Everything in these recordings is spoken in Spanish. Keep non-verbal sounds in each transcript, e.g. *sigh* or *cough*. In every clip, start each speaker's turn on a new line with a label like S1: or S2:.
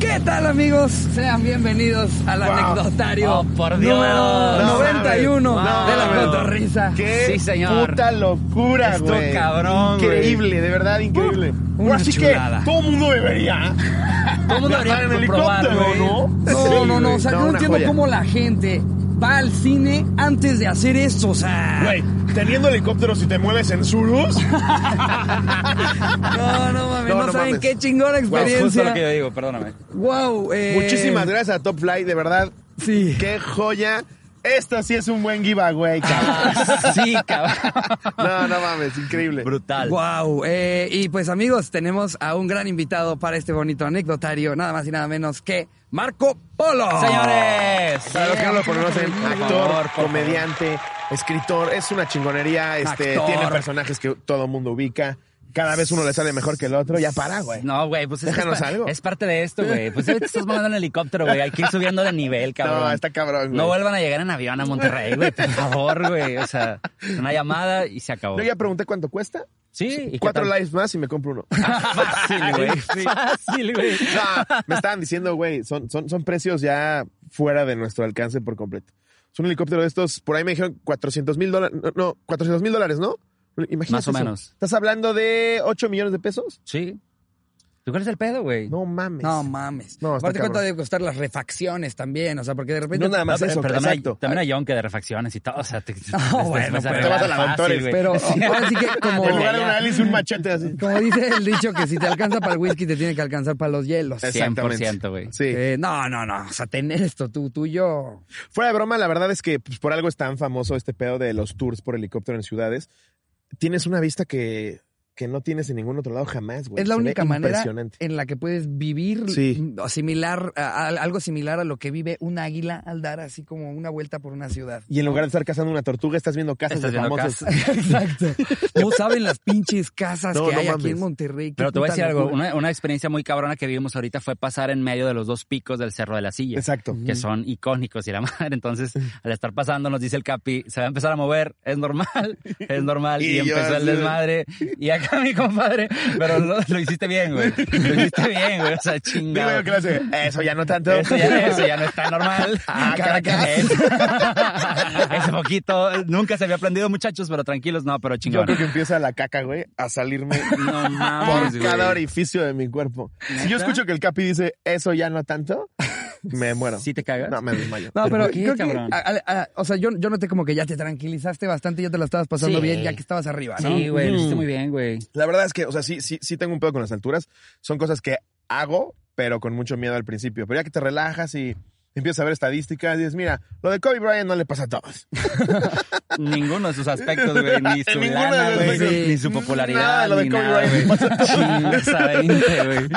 S1: ¿Qué tal amigos? Sean bienvenidos al
S2: Wow.
S1: anecdotario
S3: Oh, por Dios.
S1: número
S3: No,
S1: 91
S3: mames.
S1: de la
S3: No, mames.
S1: Cotorrisa.
S2: ¡Qué
S3: Sí, señor.
S2: puta locura,
S3: Esto
S2: güey!
S3: cabrón, güey.
S2: Increíble, de verdad, increíble.
S1: una
S2: Así
S1: chulada.
S2: que todo mundo debería.
S1: Todo mundo
S2: Viajar
S1: debería
S2: en
S1: probar,
S2: helicóptero,
S1: güey.
S2: ¿no?
S1: No,
S2: Sí,
S1: no, no,
S2: güey.
S1: o sea,
S2: No,
S1: yo no
S2: una
S1: entiendo
S2: joya.
S1: cómo la gente va al cine antes de hacer esto, o sea.
S2: Güey, teniendo helicópteros y te mueves
S1: *laughs*
S2: en surus,
S1: No, no mames, no,
S2: No, no
S1: saben
S2: mames.
S1: qué chingona
S3: Justo
S1: experiencia.
S3: lo que yo digo, perdóname.
S1: Wow, eh,
S2: muchísimas gracias a Top Fly, de verdad.
S1: Sí.
S2: ¡Qué joya! Esta sí es un buen giveaway, cabrón.
S3: Sí, cabrón.
S2: No, no mames, increíble.
S3: Brutal.
S1: Wow, eh, y pues amigos, tenemos a un gran invitado para este bonito anecdotario, nada más y nada menos que Marco Polo.
S3: Señores.
S2: Para los que no lo conocen,
S3: Por
S2: actor,
S3: favor, por
S2: comediante, escritor, es una chingonería, este,
S3: Actor.
S2: tiene personajes que todo mundo ubica. Cada vez uno le sale mejor que el otro, ya para, güey.
S3: No, güey, pues es, que es
S2: Déjanos
S3: pa-
S2: algo.
S3: es parte de esto, güey. Pues ya te estás mandando en helicóptero, güey. Hay que ir subiendo de nivel, cabrón.
S2: No, está cabrón, güey.
S3: No vuelvan a llegar en avión a Monterrey, güey, por favor, güey. O sea, una llamada y se acabó.
S2: Yo ya pregunté cuánto cuesta.
S3: Sí, ¿y qué
S2: Cuatro
S3: tal?
S2: lives más y me compro uno.
S3: Fácil, güey. Fácil, güey.
S2: No, me estaban diciendo, güey, son, son, son precios ya fuera de nuestro alcance por completo. Es un helicóptero de estos, por ahí me dijeron 400 mil dólares, no, 400 mil dólares, ¿no? Imagínate
S3: Más o
S2: eso.
S3: menos.
S2: ¿Estás hablando de 8 millones de pesos?
S3: Sí. ¿Tú cuál es el pedo, güey?
S2: No mames.
S1: No mames.
S2: No, está
S1: Aparte, ¿cuánto
S2: cabrón.
S1: debe costar las refacciones también? O sea, porque de repente.
S2: No nada más
S3: No,
S2: eso,
S3: pero también,
S2: exacto. Ah,
S3: Hay, también hay Yonke de refacciones y todo. O sea,
S2: *laughs*
S3: *laughs* te,
S1: bueno,
S3: vas
S1: pero-
S3: a arreglar
S2: Te vas a la
S3: fácil,
S2: Doctores,
S3: güey.
S1: Pero ahora sí que como,
S2: en
S3: Bueno,
S2: lugar de
S3: ya.
S2: una hélice, un machete así.
S1: como dice el dicho que si te alcanza para el whisky te tiene que alcanzar para los hielos.
S3: Es- 100%, güey.
S2: Sí.
S1: Eh, no, no, no. O sea, tener esto tú, tú y yo.
S2: Fuera de broma, la verdad es que pues, por algo es tan famoso este pedo de los tours por helicóptero en ciudades. Tienes una vista que, que no tienes en ningún otro lado jamás, güey.
S1: es la
S2: Se ve
S1: única manera
S2: Impresionante.
S1: en la que puedes vivir
S2: Sí.
S1: o similar a- a- algo similar a lo que vive un águila al dar así como una vuelta por una ciudad.
S2: Y en lugar de estar cazando una tortuga, estás viendo casas
S3: Estás
S2: de
S3: viendo
S2: famosos.
S3: casas.
S2: *laughs*
S1: Exacto. *laughs* No saben las pinches casas
S2: No,
S1: que
S2: no
S1: hay aquí
S2: mames.
S1: en Monterrey. Qué
S3: Pero te voy a
S1: puta
S3: decir algo,
S1: locura.
S3: una, una experiencia muy cabrona que vivimos ahorita fue pasar en medio de los dos picos del Cerro de la Silla,
S2: Exacto.
S3: que son icónicos y la *laughs* madre. Entonces, al estar pasando, nos dice el Capi, se va a empezar a mover, es normal, es normal. y
S2: *laughs* Y yo
S3: empezó el
S2: así,
S3: desmadre. Y acá mi compadre, pero lo, lo hiciste bien, güey. Lo hiciste bien, güey. O sea,
S2: Digo
S3: chingado.
S2: yo que lo hace, Eso ya no tanto.
S3: Eso ya, eso ya no está normal.
S2: *laughs* Ah,
S3: Caracas. *laughs* Ese poquito, nunca se había aprendido, muchachos, pero tranquilos, no, pero
S2: Yo
S3: chingón.
S2: creo que empieza la caca, güey, a salirme
S3: *laughs* No mames,
S2: por
S3: Ah, güey.
S2: cada orificio de mi cuerpo. Si yo escucho que el Capi dice, eso ya
S3: *laughs*
S2: no tanto, me muero.
S3: ¿Sí te cagas?
S2: No, me desmayo.
S1: No, pero
S3: ¿Pero por qué,
S1: creo que,
S3: cabrón?
S1: a- a- a- o sea, yo, yo noté como que ya te tranquilizaste bastante y ya te la estabas pasando
S3: Sí.
S1: bien ya que estabas arriba, ¿no?
S3: Sí, güey, lo hiciste
S2: Mm.
S3: muy bien, güey.
S2: La verdad es que, o sea, sí, sí, sí tengo un pedo con las alturas. Son cosas que hago, pero con mucho miedo al principio. Pero ya que te relajas y empiezas a ver estadísticas, dices, mira, lo de Kobe Bryant no le pasa a todos.
S3: Ninguno de sus aspectos, güey. Ni
S2: En
S3: su
S2: ninguno
S3: lana,
S2: de los
S3: güey.
S1: aspectos.
S3: Ni su popularidad.
S2: Nada de lo de
S3: ni
S2: Kobe
S3: nada, *laughs*
S2: Bryant.
S3: güey. Chingas a 20, güey.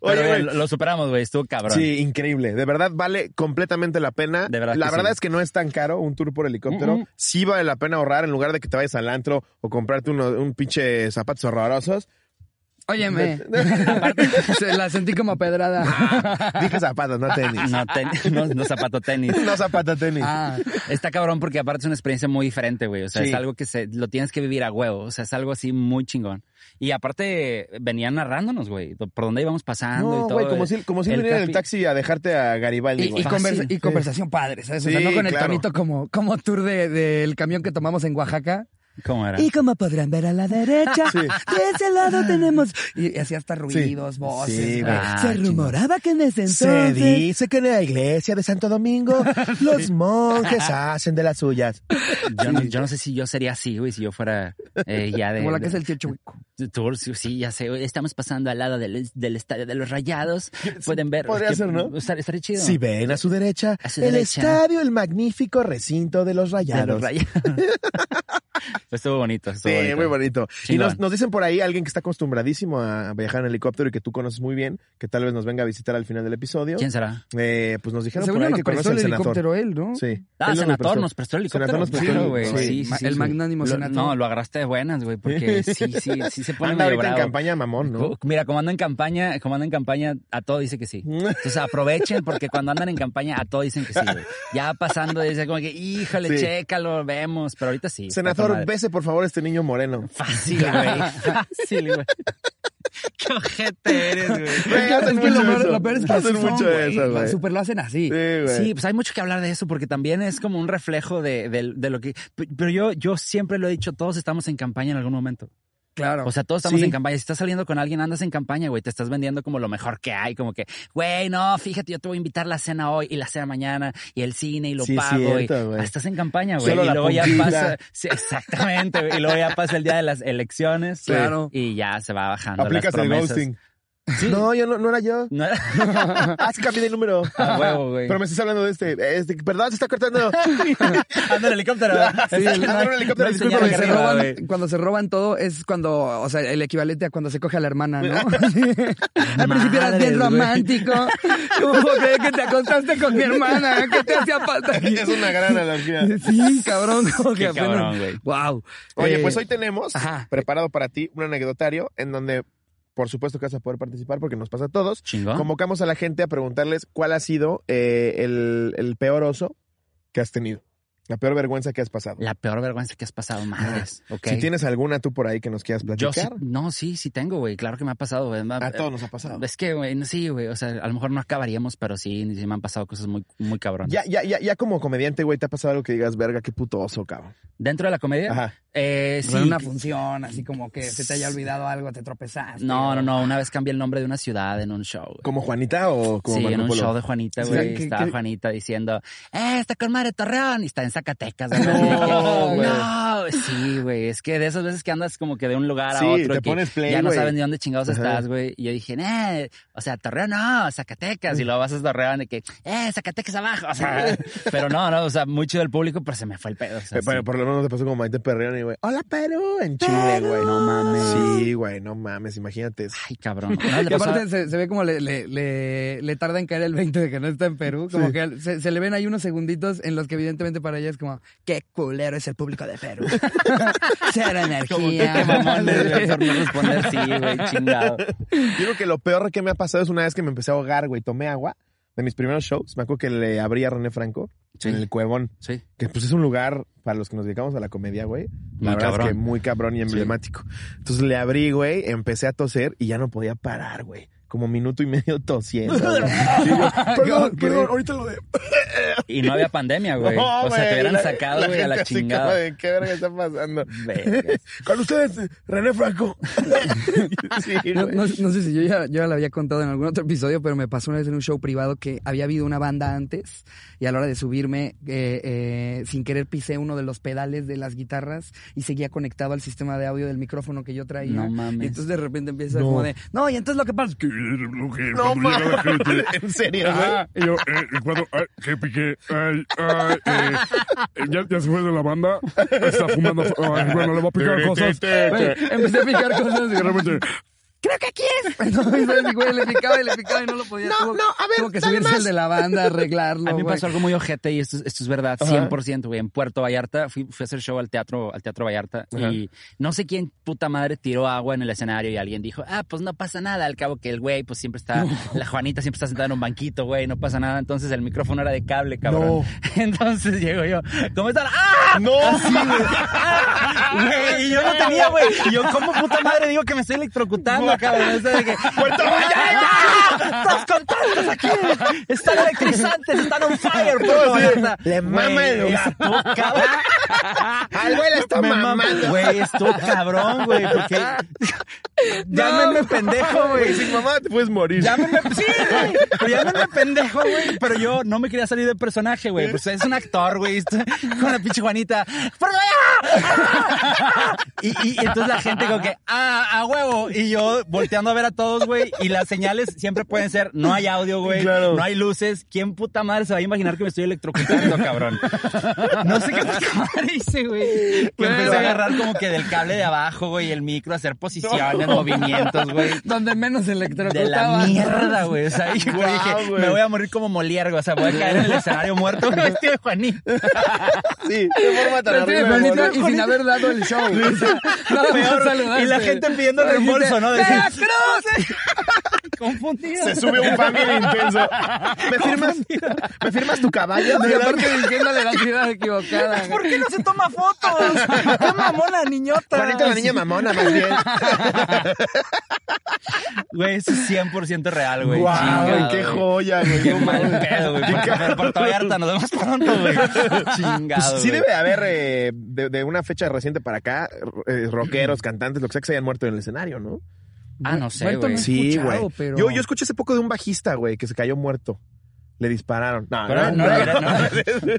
S2: Oye,
S3: Pero,
S2: güey.
S3: lo- Lo superamos, güey. Estuvo cabrón.
S2: Sí, increíble. De verdad vale completamente la pena.
S3: De verdad
S2: la
S3: que
S2: verdad
S3: sí.
S2: es que no es tan caro un tour por helicóptero.
S3: Mm, mm.
S2: Sí vale la pena ahorrar en lugar de que te vayas al antro o comprarte uno- un pinche zapatos horrorosos.
S3: *laughs*
S1: Óyeme, se la sentí como pedrada.
S2: Ah, Dije zapatos, no *laughs* tenis.
S3: No, ten- no, no zapato tenis.
S2: No zapatos, tenis.
S1: Ah,
S3: Está cabrón porque aparte es una experiencia muy diferente, güey. O sea,
S2: Sí.
S3: es algo que se, lo tienes que vivir a huevo. O sea, es algo así muy chingón. Y aparte venían narrándonos, güey, do- por dónde íbamos pasando y
S2: No,
S3: todo.
S2: güey, como si, como si
S3: El
S2: viniera en eh. el
S3: capi-
S2: taxi a dejarte a Garibaldi.
S1: y, y
S2: güey.
S1: conversa- y
S2: Sí.
S1: conversación padre, ¿sabes? o sea,
S2: Sí,
S1: no con el
S2: claro.
S1: tonito como, como tour de- del camión que tomamos en Oaxaca.
S3: ¿Cómo era?
S1: Y como podrán ver a la derecha,
S2: Sí.
S1: de ese lado tenemos... Y así hasta ruidos, voces.
S2: Sí,
S3: güey.
S1: se
S3: Ah,
S1: rumoraba que en ese
S2: Se
S1: entonces...
S2: dice que en la iglesia de Santo *laughs* Domingo los monjes hacen de las suyas.
S3: Yo, no, yo no sé si yo sería así, güey, si yo fuera eh, ya de.
S1: Como la que es
S3: de-
S1: el tío Chueco.
S3: Tour, sí, sí, ya sé. Estamos pasando al lado del, del estadio de los Rayados. Pueden ver.
S2: podría ser, ¿no?
S3: Estar- estaría chido.
S2: Si ven a su derecha,
S3: A su
S2: el
S3: derecha.
S2: estadio, el magnífico recinto de los
S3: De los
S2: rayados.
S3: Rayados. Pues estuvo bonito. Estuvo
S2: Sí,
S3: bonito.
S2: muy bonito. Y
S3: Chingón.
S2: nos, nos dicen por ahí alguien que está acostumbradísimo a viajar en helicóptero y que tú conoces muy bien, que tal vez nos venga a visitar al final del episodio.
S3: ¿Quién será?
S2: Eh, pues nos dijeron
S1: Según
S2: por
S1: yo
S2: ahí
S1: nos
S2: que
S1: prestó
S2: conoce
S1: el
S2: al senador.
S1: helicóptero él, ¿no? *laughs*
S2: Sí.
S3: Ah,
S2: Él nos lo
S3: Senator
S2: prestó.
S3: nos prestó el helicóptero.
S2: Senator nos prestó
S3: claro,
S2: el-
S3: güey.
S2: sí,
S3: Sí, sí,
S1: ma-
S3: sí,
S1: el
S3: sí.
S1: magnánimo
S3: Lo-
S1: senator.
S3: No, lo agarraste de buenas, güey,
S2: *laughs*
S3: porque sí, sí, sí se pone
S2: Anda
S3: medio
S2: ahorita en
S3: bravo.
S2: campaña mamón, *laughs* ¿no?
S3: Uh, Mira, como anda en campaña, como anda en campaña, a todo dice que sí. Entonces aprovechen porque cuando andan en campaña, a todo dicen que sí, güey. Ya pasando, dice como que, híjole,
S2: Sí.
S3: chécalo, vemos. Pero ahorita sí. está toda
S2: Senador,
S3: madre. *laughs*
S2: *laughs* bese por favor a este niño moreno.
S3: Fácil, güey. Fácil, güey. *laughs* Qué ojete eres, güey.
S2: Güey, hacen
S1: Es que
S2: mucho
S1: lo peor,
S2: eso.
S1: lo peor es que así
S2: Hacen
S1: son,
S2: mucho
S1: güey.
S2: eso, güey.
S1: Súper lo hacen así.
S2: Sí, güey.
S3: Sí, pues hay mucho que hablar de eso porque también es como un reflejo de, de- de lo que... pe- Pero yo, yo siempre lo he dicho, todos estamos en campaña en algún momento.
S1: Claro.
S3: O sea, todos estamos
S2: Sí.
S3: en campaña. Si estás saliendo con alguien, andas en campaña, güey. Te estás vendiendo como lo mejor que hay. Como que, güey, no, fíjate, yo te voy a invitar la cena hoy y la cena mañana y el cine y lo
S2: Sí, es
S3: pago. y-
S2: cierto, güey.
S3: Ah, estás en campaña, güey.
S2: Solo
S3: Y
S2: la
S3: luego ya
S2: pupila.
S3: pasa... Sí, exactamente, güey. Y luego ya pasa el día de las elecciones.
S1: Sí. Claro.
S3: Y ya se va bajando
S2: Aplicas
S3: las
S2: el
S3: promesas.
S2: ghosting.
S3: Sí.
S2: No, yo no, no era yo.
S3: *laughs* No era-
S2: Ah, sí, cambié de número.
S3: A huevo, güey.
S2: Pero me estás hablando de este. este ¿Verdad? Se
S3: *laughs*
S2: está cortando. *laughs*
S3: Anda en helicóptero. ¿verdad?
S2: Sí, anda en helicóptero,
S3: hay señal
S2: disculpa,
S1: Cuando
S2: me
S3: acá
S1: se,
S3: arriba,
S1: roban,
S3: güey.
S1: cuando se roban todo es cuando, o sea, el equivalente a cuando se coge a la hermana,
S2: *laughs*
S1: ¿no? *laughs* Al principio eras bien
S3: Madres, güey.
S1: romántico. ¿Cómo puedo creer que te acostaste con mi hermana? ¿Qué te hacía
S2: *laughs*
S1: falta? aquí?
S2: es una gran analogía.
S1: Sí, cabrón. como que
S3: Qué
S1: apenas-
S3: cabrón, güey.
S1: Wow.
S2: Oye,
S1: Eh,
S2: pues hoy tenemos
S1: ajá.
S2: preparado para ti un anecdotario en donde, por supuesto, que vas a poder participar porque nos pasa a todos.
S3: Chingón.
S2: Convocamos a la gente a preguntarles cuál ha sido eh, el, el peor oso que has tenido. La peor vergüenza que has pasado.
S3: La peor vergüenza que has pasado, madres. Ok.
S2: Si tienes alguna tú por ahí que nos quieras
S3: Yo sí-
S2: platicar.
S3: no, sí, sí tengo, güey. Claro que me ha pasado, güey. Me ha-
S2: A todos nos ha pasado.
S3: Es que, güey, no, sí, güey. O sea, a lo mejor no acabaríamos, pero sí, sí me han pasado cosas muy, muy cabronas.
S2: Ya, ya, ya, ya como comediante, güey, te ha pasado algo que digas, verga, qué puto oso, cabrón.
S3: Dentro de la comedia,
S2: Ajá.
S3: eh,
S1: o
S3: sí.
S1: sea, una función, así como que se te haya olvidado algo, te tropezaste.
S3: No,
S1: o-
S3: no, no. Una vez cambié el nombre de una ciudad en un show. güey.
S2: ¿Como Juanita o como
S3: sí, en
S2: Marco
S3: un
S2: Polo?
S3: show de Juanita,
S2: Sí,
S3: güey.
S2: ¿qué-
S3: estaba
S2: qué?
S3: Juanita diciendo, ¡eh, está con madre Torreón! Y está en
S2: *laughs*
S3: Zacatecas, güey.
S2: No, güey.
S3: No, sí, güey. Es que de esas veces que andas como que de un lugar a
S2: Sí,
S3: otro.
S2: te
S3: y que
S2: pones play,
S3: Ya no
S2: güey.
S3: sabes ni dónde chingados
S2: Ajá.
S3: estás, güey. Y yo dije, ¡eh! O sea, Torreón no, Zacatecas. Y luego vas a Torreón de que, ¡eh, Zacatecas abajo! O
S2: *laughs*
S3: sea, pero no, no, o sea, muy chido el público, pero se me fue el pedo. o sea,
S2: Eh, Pero
S3: sí.
S2: por lo menos te pasó como Maite Perreón y güey, hola Perú, en Chile, güey.
S3: No mames.
S2: Sí, güey, no mames, imagínate. eso.
S3: Ay,
S2: *laughs*
S3: cabrón. Una vez le
S1: Y
S3: pasó-
S1: aparte se, se ve como le, le, le, le tarda en caer el 20 de que no está en Perú. Como que se, se le ven ahí unos segunditos en los que evidentemente para ella es como, qué culero es el público de *laughs* Perú. Cero
S3: Como que qué
S1: energía.
S2: *laughs*
S3: mamones, güey,
S1: Sí.
S3: por no responder sí, güey, chingado.
S2: Yo creo que lo peor que me ha pasado es una vez que me empecé a ahogar, güey. Tomé agua de mis primeros shows. Me acuerdo que le abrí a René Franco
S3: Sí.
S2: en el Cuevón,
S3: Sí.
S2: que pues es un lugar para los que nos dedicamos a la comedia, güey. La
S3: Muy
S2: verdad es que
S3: cabrón.
S2: muy cabrón y emblemático. Entonces le abrí, güey, empecé a toser y ya no podía parar, güey. Como minuto y medio tosiendo. *laughs* güey. Y yo, perdón, perdón, ahorita lo de.
S3: Y no había pandemia, güey.
S2: *laughs* No,
S3: o sea, te
S2: güey,
S3: hubieran
S2: la-
S3: sacado, güey, a
S2: gente
S3: la
S2: así como
S3: chingada.
S2: de, ¿Qué verga está pasando?
S3: Vergas.
S2: *laughs* Con ustedes, René Franco. *laughs* sí,
S1: No,
S2: güey.
S1: no- no sé si yo ya, yo ya lo había contado en algún otro episodio, pero me pasó una vez en un show privado que había habido una banda antes y a la hora de subirme, eh, eh, sin querer pisé uno de los pedales de las guitarras y seguía conectado al sistema de audio del micrófono que yo traía.
S3: No mames.
S1: Y entonces de repente empieza
S2: No.
S1: como de, no, y entonces lo que pasa es que...
S2: No *laughs* mames. En serio, güey.
S4: Y yo, eh, cuando, ay, que piqué, ay, ay, eh, ya, ya se fue de la banda, está fumando, ay, bueno, le va a picar cosas.
S1: Güey, empecé a picar cosas y de repente, creo que aquí *laughs* es. Entonces, güey, le picaba y le picaba y no lo podía.
S2: No,
S1: tuvo,
S2: no, a ver,
S1: tuvo que
S2: dame
S1: subirse
S2: más.
S1: el de la banda, arreglarlo.
S3: A mí me
S1: güey.
S3: pasó algo muy ojete y esto, es- esto es verdad, 100%, güey. En Puerto Vallarta fui, fui a hacer show al teatro, al teatro Vallarta y no sé quién puta madre tiró agua en el escenario y alguien dijo, ah, pues no pasa nada. Al cabo que el güey, pues siempre
S2: *laughs*
S3: está, la Juanita siempre está sentada en un banquito, güey, no pasa nada. Entonces el micrófono era de cable, cabrón. *laughs* Entonces llego yo, ¿cómo está? ¡Ah!
S2: No, sí,
S3: Güey, y yo no tenía, güey. Y yo, ¿cómo puta madre digo que me estoy electrocutando, cabrón? Eso de que,
S2: ¡Puerto Vallarta!
S3: ¡Estás contentos aquí! ¡Están electrizantes! ¡Están on fire!
S2: No,
S3: Puerto
S2: sí.
S3: Vallarta!
S2: Le mama
S3: Güey,
S2: el lugar.
S3: estuvo cabrón.
S2: Al güey le está
S3: Me mama-
S2: mamando.
S3: Güey, estuvo cabrón, güey. Porque... Llámenme pendejo,
S2: Güey,
S3: güey.
S2: sin mamá te puedes morir.
S3: Llámenme, sí, güey. Pero llámenme pendejo, güey. Pero yo no me quería salir de personaje, güey. Pues es un actor, güey. Estoy Con la pinche Juanita. ¡Pero ya! Y, y, y entonces la gente como que, ah, a huevo. Y yo volteando a ver a todos, güey. Y las señales siempre pueden ser, no hay audio, güey.
S2: Claro.
S3: No hay luces. ¿Quién puta madre se va a imaginar que me estoy electrocutando, cabrón? No sé qué puta madre hice, güey. Que empecé a agarrar como que del cable de abajo, güey. El micro, hacer posiciones, movimientos, güey.
S1: Donde menos
S3: De la
S1: electrocutaba.
S3: mierda, güey. O sea, *laughs* yo
S2: Guau,
S3: dije,
S2: güey.
S3: me voy a morir como Molière, güey. O sea, voy a caer en el escenario *laughs* muerto con vestido de Juanito.
S2: Sí, de forma tan
S1: Pero sí,
S2: horrible,
S1: Juanita,
S2: güey.
S1: y sin haber dado el
S3: *laughs*
S1: show. O sea, nada más
S3: Peor.
S1: saludaste.
S3: Y la gente pidiendo
S1: Pero dijiste,
S3: reembolso, ¿no? De- *laughs*
S1: ¡Veracruz!
S3: Confundido.
S2: Se sube un familia *laughs* intenso. ¿Me firmas, *laughs* ¿Me firmas tu caballo?
S1: Y aparte diciéndole la ciudad equivocada.
S3: ¿Por qué no se toma fotos? ¡Qué mamona, niñota!
S2: *laughs* Juanita la niña mamona, más bien.
S3: Güey, eso es 100% real, güey.
S2: Guau,
S3: Chingado,
S2: qué
S3: güey.
S2: joya, güey.
S3: Qué
S2: No
S3: mal
S2: mames.
S3: pedo, güey.
S2: Qué
S3: Por-
S2: cabrón.
S3: por- Puerto Vallarta, nos vemos pronto,
S2: *laughs*
S3: güey.
S2: Pues
S3: Chingado.
S2: sí
S3: güey.
S2: debe haber eh, de, de una fecha reciente para acá, eh, rockeros, cantantes, lo que sea que se hayan muerto en el escenario, ¿no?
S3: Ah, no sé,
S1: Muerto
S3: güey.
S1: he
S2: Sí,
S1: escuchado,
S2: güey.
S1: pero-
S2: Yo, yo escuché hace poco de un bajista, güey, que se cayó muerto. Le dispararon. No,
S3: Pero
S2: no,
S3: no
S2: no,
S3: era-
S2: no.
S3: no
S2: *laughs*
S3: era-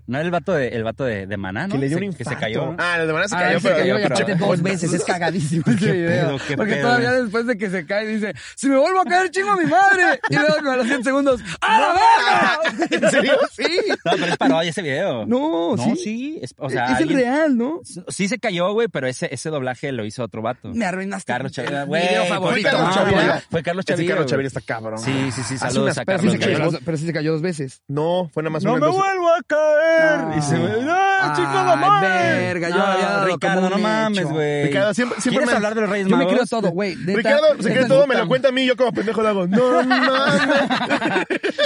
S3: no era el vato de, el vato de, de Maná, ¿no?
S2: Que le dio
S3: Se-
S2: un
S3: que
S2: infarto.
S3: se cayó.
S2: Ah, el de Maná se
S1: Ah,
S2: cayó,
S1: se
S2: pero...
S1: cayó
S3: pero-
S1: aparte
S3: pero-
S1: dos veces, es cagadísimo ese video.
S3: pedo, *laughs* qué
S1: porque
S3: pedo,
S1: todavía
S3: güey.
S1: después de que se cae dice, si me vuelvo a caer, chingo a mi madre. Y luego como a los 100 segundos, ¡a la
S3: *laughs*
S1: verga!
S2: ¿En serio?
S1: Sí.
S3: No, pero es parodia ese video.
S1: No,
S3: no
S1: sí.
S3: sí. Es, o sea,
S1: es el
S3: alguien-
S1: real, ¿no?
S3: Sí se cayó, güey, pero ese, ese doblaje lo hizo otro vato.
S1: Me arruinaste.
S3: Carlos Chavira,
S1: el
S3: güey.
S1: video
S3: fue
S1: favorito.
S2: Carlos
S3: Ah,
S2: Chavira.
S3: fue- Fue Carlos
S2: Ese
S3: Chavira.
S2: Carlos
S3: güey.
S2: Chavira está cabrón.
S3: Sí, sí, sí.
S2: Hace
S3: Saludos
S2: unas
S3: a
S1: Pero sí,
S3: Carlos.
S1: se cayó,
S3: güey.
S1: dos- pero sí se cayó dos veces.
S2: No, fue nada más o
S3: No me
S2: menos dos-
S3: vuelvo a caer. Y se
S1: Ah.
S3: ¡Eh, chico, no
S1: Ay,
S3: mames!
S1: verga, yo
S3: No,
S1: le había dado
S3: Ricardo,
S1: como
S3: no
S1: un
S3: mames,
S1: hecho.
S3: güey.
S2: Ricardo, siempre- siempre
S3: ¿Quieres
S2: me-
S3: hablar de los Reyes
S1: Yo
S3: Magos?
S1: me creo todo, güey.
S2: *laughs*
S1: neta,
S2: Ricardo, se
S1: neta,
S2: cree todo, me
S1: puta-
S2: lo cuenta a mí, yo como pendejo lo
S3: *laughs*
S2: hago. No mames.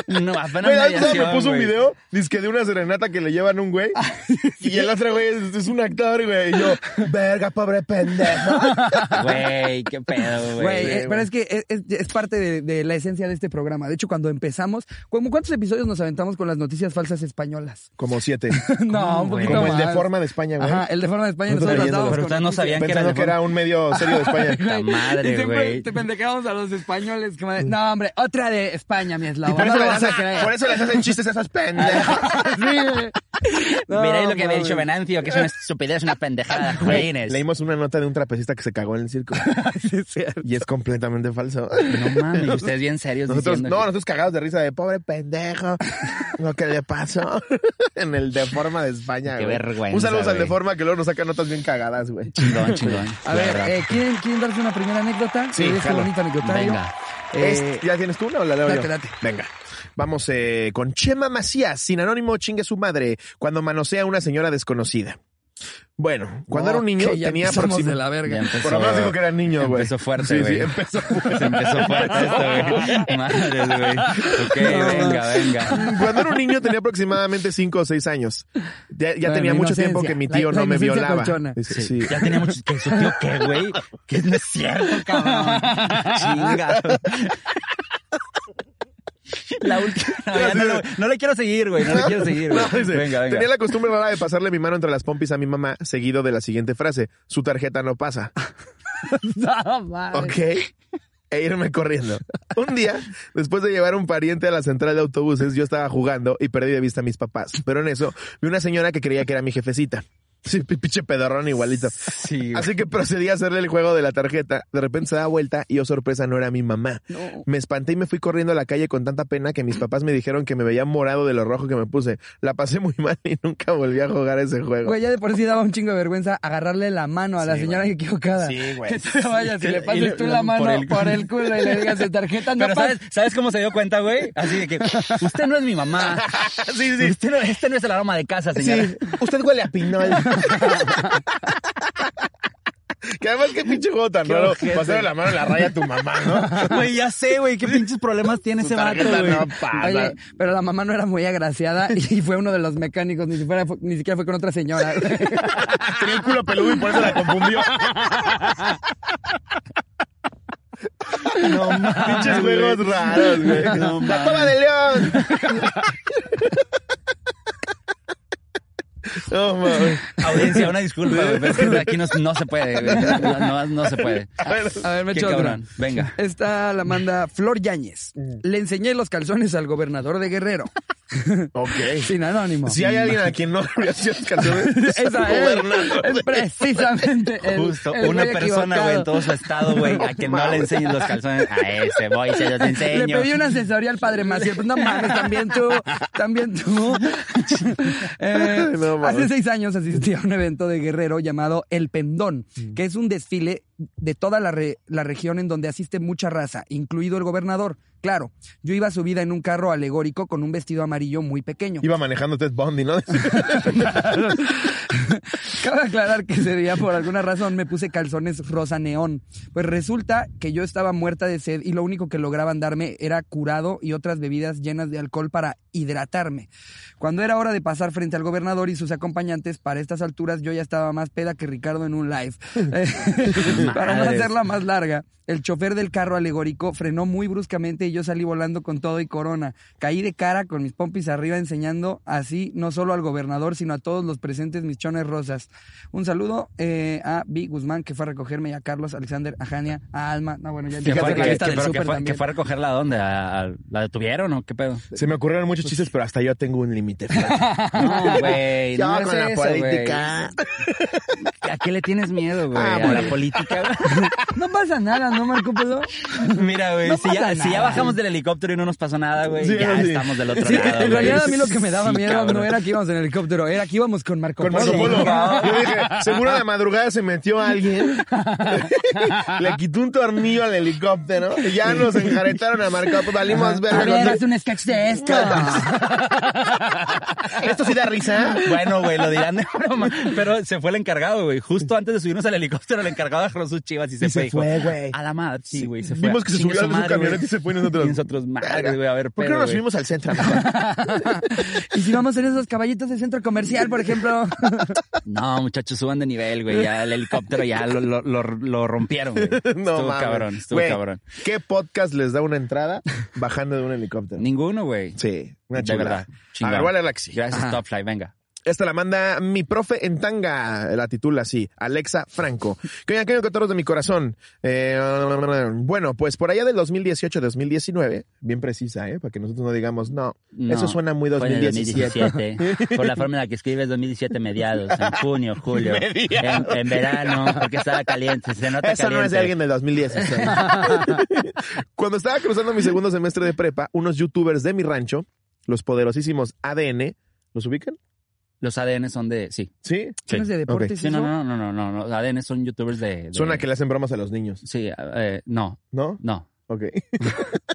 S3: No, apenas
S2: Güey,
S3: me
S2: ¿sabes cómo me puso un
S3: güey.
S2: video, dizque de una serenata que le llevan un güey. Y el otro güey es, es un actor, güey. Y yo, verga, pobre pendejo.
S3: Güey, qué pedo, güey.
S1: Güey, eh,
S2: güey.
S1: pero es que es, es- es parte de, de la esencia de este programa. De hecho, cuando empezamos, ¿cómo- ¿cuántos episodios nos aventamos con las noticias falsas españolas? *laughs*
S2: Como siete.
S1: No, un
S3: güey?
S1: poquito
S2: Como el
S1: más.
S2: de forma de España, güey.
S1: Ajá, el de forma de España.
S2: Nosotros
S1: nosotros
S2: leyéndolo.
S1: andábamos
S3: Pero
S1: con
S3: ustedes no
S1: noticias.
S3: sabían que era
S2: Pensando
S3: de
S2: que era un medio serio
S3: *laughs*
S2: de España.
S3: Puta
S1: Y
S3: madre,
S1: siempre
S3: güey.
S1: te pendejábamos a los españoles. como de, no, hombre, otra de España, mi
S2: Y
S1: eslabón.
S2: por
S1: No
S2: eso,
S1: lo
S2: les *laughs*
S1: vas a
S2: hacen,
S1: creer.
S2: por eso les hacen chistes a esas pendejas.
S3: *laughs*
S1: *laughs* Sí, güey. No,
S3: Miráis lo que había
S1: mames.
S3: dicho Venancio, que es una estupidez, una pendejada, jodines.
S2: Leímos una nota de un trapecista que se cagó en
S3: *laughs*
S2: el circo.
S1: Sí, es cierto.
S2: Y es completamente falso.
S3: No mames,
S2: *laughs*
S3: y ustedes bien serios
S2: Nosotros, no,
S3: diciendo...
S2: nosotros cagados de risa de pobre pendejo. Lo que le pasó *laughs* en el Deforma de España,
S3: Qué
S2: güey.
S3: vergüenza,
S2: Un saludo al
S3: güey.
S2: Deforma que luego nos saca notas bien cagadas, güey.
S3: Chingón, chingón.
S1: A ver, eh, ¿quieren, quieren darse una primera anécdota?
S2: Sí,
S1: De este
S2: jalo.
S1: bonito anecdotario.
S3: Venga.
S1: Eh,
S2: Este- ¿Ya tienes tú una o la leo
S1: date,
S2: yo?
S1: date.
S2: Venga. Vamos eh, con Chema Macías, sin anónimo chingue su madre, cuando manosea a una señora desconocida. Bueno, cuando
S1: no,
S2: era un niño
S1: que ya
S2: tenía
S1: empezamos
S2: aproxima-
S1: de la verga.
S2: Por lo menos dijo que era niño, güey.
S3: Empezó
S2: Sí,
S3: fuerte,
S2: sí,
S3: güey.
S2: empezó
S3: Se empezó fuerte esto, güey. Madres, güey. Ok, venga, venga.
S2: Cuando era un niño tenía aproximadamente 5 o 6 años. Ya, ya
S1: La
S2: tenía mucho
S1: inocencia,
S2: tiempo que mi
S1: la-
S2: tío
S1: la
S2: no me
S1: inocencia
S2: violaba.
S1: colchona.
S2: Dice,
S3: Sí.
S2: sí.
S3: Ya tenía muchos... ¿Qué, ¿Su tío qué, güey? Que no es cierto, cabrón. Chingado. La última... No, ya no, lo- no le quiero seguir, güey. No le quiero seguir, güey.
S2: *laughs* No, dice,
S3: Venga, venga.
S2: Tenía la costumbre rara de pasarle mi mano entre las pompis a mi mamá, seguido de la siguiente frase: Su tarjeta no pasa.
S1: *laughs* No, madre.
S2: Ok. E irme corriendo. Un día, después de llevar a un pariente a la central de autobuses, yo estaba jugando y perdí de vista a mis papás. Pero en eso, vi una señora que creía que era mi jefecita. Sí, pi- pinche pedorrón igualito.
S3: Sí, güey.
S2: Así que procedí a hacerle el juego de la tarjeta. De repente se da vuelta y, oh sorpresa, no era mi mamá.
S1: No.
S2: Me espanté y me fui corriendo a la calle con tanta pena que mis papás me dijeron que me veía morado de lo rojo que me puse. La pasé muy mal y nunca volví a jugar ese juego.
S1: Güey, ya de por sí daba un chingo de vergüenza agarrarle la mano a la
S2: Sí,
S1: señora
S2: güey.
S1: equivocada.
S2: Sí, güey.
S1: Que te vayas y le
S3: Y le-
S1: pases tú la
S3: por
S1: mano por
S3: el
S1: el,
S3: culo.
S1: culo y le digas de tarjeta no
S3: *laughs* Pero
S1: pasa".
S3: ¿sabes, ¿sabes cómo se dio cuenta, güey? Así de que, usted no es mi mamá.
S2: Sí, sí.
S3: Usted no, este no es el aroma de casa, señora.
S2: Sí, usted huele a pinol. *laughs* que además, qué pinche juego tan
S3: Qué
S2: raro.
S3: ojete.
S2: Pasarle la mano en la raya a tu mamá,
S3: *laughs*
S2: ¿no?
S3: Güey, ya sé, güey, qué pinches problemas tiene
S2: Su
S3: ese vato,
S2: tarjeta
S3: güey.
S2: no pasa.
S1: Oye, pero la mamá no era muy agraciada y fue uno de los mecánicos, ni siquiera fue, ni siquiera fue con otra señora. *laughs*
S2: Tenía el culo peludo y por eso la confundió.
S3: No
S2: Pinches juegos raros, güey. la toma de león. *laughs* No mames.
S3: Audiencia, una disculpa, güey, pero es que aquí no, no se puede, güey. No, no, no se puede.
S2: Bueno,
S1: A ver, me
S3: Qué
S1: echo otra.
S3: cabrón. Venga.
S1: Esta la manda Flor Yáñez. Le enseñé los calzones al gobernador de Guerrero.
S2: ok.
S1: Sin anónimo.
S2: Si hay alguien a quien no le hubiera sido
S3: *laughs*
S2: canciones, *laughs*
S1: Esa es, es precisamente el-
S3: Justo,
S1: el
S3: una
S1: güey
S3: persona, güey, en
S1: equivocado.
S3: todo su estado, güey, a que no le enseñen los calzones. A ese, voy, se los enseño.
S1: Le pedí una asesoría al padre Maciel. Pues no mames, también tú, también
S2: *laughs*
S1: tú. *laughs* Eh,
S2: No mames.
S1: hace seis años asistí a un evento de Guerrero llamado El Pendón,
S2: Mm.
S1: que es un desfile de toda la, re- la región en donde asiste mucha raza, incluido el gobernador. Claro, yo iba subida en un carro alegórico con un vestido amarillo muy pequeño.
S2: Iba manejando Ted
S3: *laughs*
S2: Bundy, ¿no?
S1: Cabe aclarar que ese día, por alguna razón, me puse calzones rosa neón. Pues resulta que yo estaba muerta de sed y lo único que lograban darme era curado y otras bebidas llenas de alcohol para hidratarme. Cuando era hora de pasar frente al gobernador y sus acompañantes, para estas alturas yo ya estaba más peda que Ricardo en un live. Eh, *laughs* Para no
S3: Madres.
S1: hacerla más larga, el chofer del carro alegórico frenó muy bruscamente y yo salí volando con todo y corona. Caí de cara con mis pompis arriba enseñando así no solo al gobernador, sino a todos los presentes mis chones rosas. Un saludo eh, a B. Guzmán, que fue a recogerme, y a Carlos, Alexander, a Jania, a Alma. No, bueno, ya
S3: Que
S1: ya
S3: fue,
S1: sé la
S3: que-
S1: lista
S3: que-
S1: del
S3: pero que
S1: súper
S3: fue- que
S1: también.
S3: fue a recogerla a dónde? ¿A- a- ¿La detuvieron o qué pedo?
S2: Se me ocurrieron muchos chistes, pero hasta yo tengo
S3: *laughs*
S2: un límite.
S3: No, güey.
S2: Yo
S3: no es
S2: con la
S3: eso, güey.
S2: política.
S3: ¿A qué le tienes miedo, güey?
S2: Ah,
S3: a la
S2: bueno.
S3: política.
S1: *laughs* *laughs* No pasa nada, ¿no, Marco Polo?
S3: Mira, güey,
S1: No
S3: si, ya,
S1: pasa
S3: si ya
S1: nada.
S3: bajamos del helicóptero y no nos pasó nada, güey,
S2: Sí,
S3: ya
S2: sí.
S3: estamos del otro
S1: Sí,
S3: lado.
S1: en
S3: güey.
S1: realidad a mí lo que me daba
S3: Sí,
S1: miedo
S3: cabrón.
S1: no era que íbamos en helicóptero, era que íbamos con Marco
S2: Con
S1: Polo.
S2: Marco
S3: *laughs*
S2: Polo.
S1: Sí.
S2: Yo dije, seguro de madrugada se metió alguien, *laughs* le quitó un tornillo al helicóptero, y ya nos enjaretaron a Marco Polo, valimos
S1: A
S2: verga
S1: ver,
S2: con
S1: haz
S2: tu-
S1: un sketch de esto.
S2: Esto sí da risa.
S3: Bueno, güey, lo dirán de broma. Pero se fue el encargado, güey. Justo antes de subirnos al helicóptero, el encargado agarró sus chivas y se fue.
S2: Y se
S3: dijo,
S2: fue, güey.
S3: A la madre, sí, güey, se fue.
S2: Vimos que se
S3: Chingue
S2: subió a su
S3: madre,
S2: camioneta
S3: güey.
S2: y se fue y nosotros.
S3: Y nosotros, madre, güey, a ver,
S2: ¿Por qué
S3: pedo,
S2: no nos
S3: güey.
S2: subimos al
S3: *laughs*
S2: centro? mejor?
S1: *laughs* Y si vamos en esos caballitos de centro comercial, por ejemplo.
S3: No, muchachos, suban de nivel, güey. Ya el helicóptero ya lo, lo, lo, lo rompieron,
S2: *laughs*
S3: güey. estuvo
S2: mames.
S3: cabrón, estuvo
S2: Güey,
S3: cabrón.
S2: ¿Qué podcast les da una entrada bajando de un helicóptero?
S3: Ninguno, güey.
S2: Sí, una
S3: De
S2: chulada.
S3: verdad. Chingón.
S2: A ver, voy a leer la que sí.
S3: Gracias,
S1: Ajá.
S3: Top Fly, venga.
S2: Esta la manda mi profe en tanga, la titula así, Alexa Franco. Que oigan, que oigan, cotorros de mi corazón. Eh, bueno, pues por allá del 2018-2019, bien precisa, ¿eh? Para que nosotros no digamos, no,
S3: No,
S2: eso suena muy
S3: fue en el
S2: 2017.
S3: 2017.
S2: *laughs*
S3: Por la forma en la que escribes 2017 mediados, en junio, julio, en, en verano, porque estaba caliente, se nota
S2: Eso no es de alguien del 2016. Cuando estaba cruzando mi segundo semestre de prepa, unos youtubers de mi rancho, los poderosísimos ADN, ¿los ubican?
S3: Los ADN son de, sí.
S2: Sí.
S3: Sí.
S1: ¿Tienes de deportes
S3: Sí,
S1: eso?
S3: no, no, no, no, no, no. Los ADN son youtubers de... de-
S2: Suena que le hacen bromas a los niños,
S3: Sí, eh, no,
S2: ¿no?
S3: no.
S2: Ok.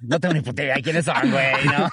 S3: No tengo ni puta idea de quiénes son, güey, no.
S2: *laughs*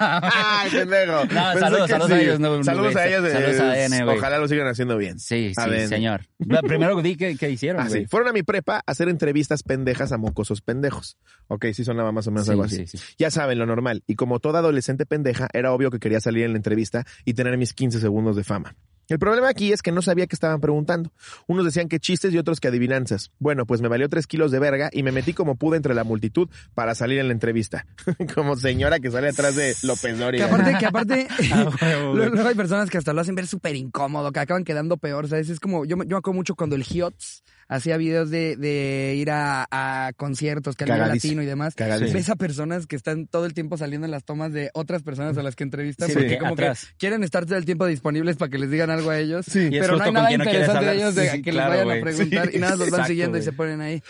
S3: *laughs*
S2: ¡Ay, pendejo! Pensé
S3: saludos,
S2: que
S3: saludos a ellos, no, no,
S2: saludos a
S3: güey,
S2: ellos. de-
S3: saludos a ADN, güey.
S2: Ojalá lo sigan haciendo bien.
S3: Sí, sí,
S2: ADN.
S3: señor. Lo primero que di que, que hicieron,
S2: Ah, sí.
S3: güey.
S2: Fueron a mi prepa a hacer entrevistas pendejas a mocosos pendejos. Ok, sí sonaba más o menos algo así.
S3: sí, sí.
S2: Ya saben, lo normal. Y como toda adolescente pendeja, era obvio que quería salir en la entrevista y tener mis 15 segundos de fama. El problema aquí es que no sabía qué estaban preguntando. Unos decían que chistes y otros que adivinanzas. Bueno, pues me valió tres kilos de verga y me metí como pude entre la multitud para salir en la entrevista. *laughs* como señora que sale atrás de López
S1: Que
S2: Doria.
S1: aparte, que aparte,
S3: *laughs* Ah, huevo,
S1: *laughs*
S3: güey.
S1: luego luego hay personas que hasta lo hacen ver súper incómodo, que acaban quedando peor, ¿sabes? Es como, yo, me- yo me acuerdo mucho cuando el Hiots hacía videos de, de ir a, a conciertos, que era
S2: Cagadísimo.
S1: latino y demás.
S2: Cagadísimo.
S1: Ves a personas que están todo el tiempo saliendo en las tomas de otras personas a las que entrevistan,
S3: Sí,
S1: porque
S3: porque
S1: como
S3: atrás.
S1: que quieren estar todo el tiempo disponibles para que les digan algo a ellos,
S2: Sí.
S3: Y es
S1: pero no
S3: justo
S1: hay
S3: con
S1: nada
S3: quien no quieres
S1: interesante de
S3: hablar.
S1: ellos de
S3: Sí,
S1: que
S3: claro,
S1: les vayan
S3: güey.
S1: a preguntar
S2: Sí,
S1: y nada, los van
S3: exacto,
S1: siguiendo y
S3: güey.
S1: se ponen ahí.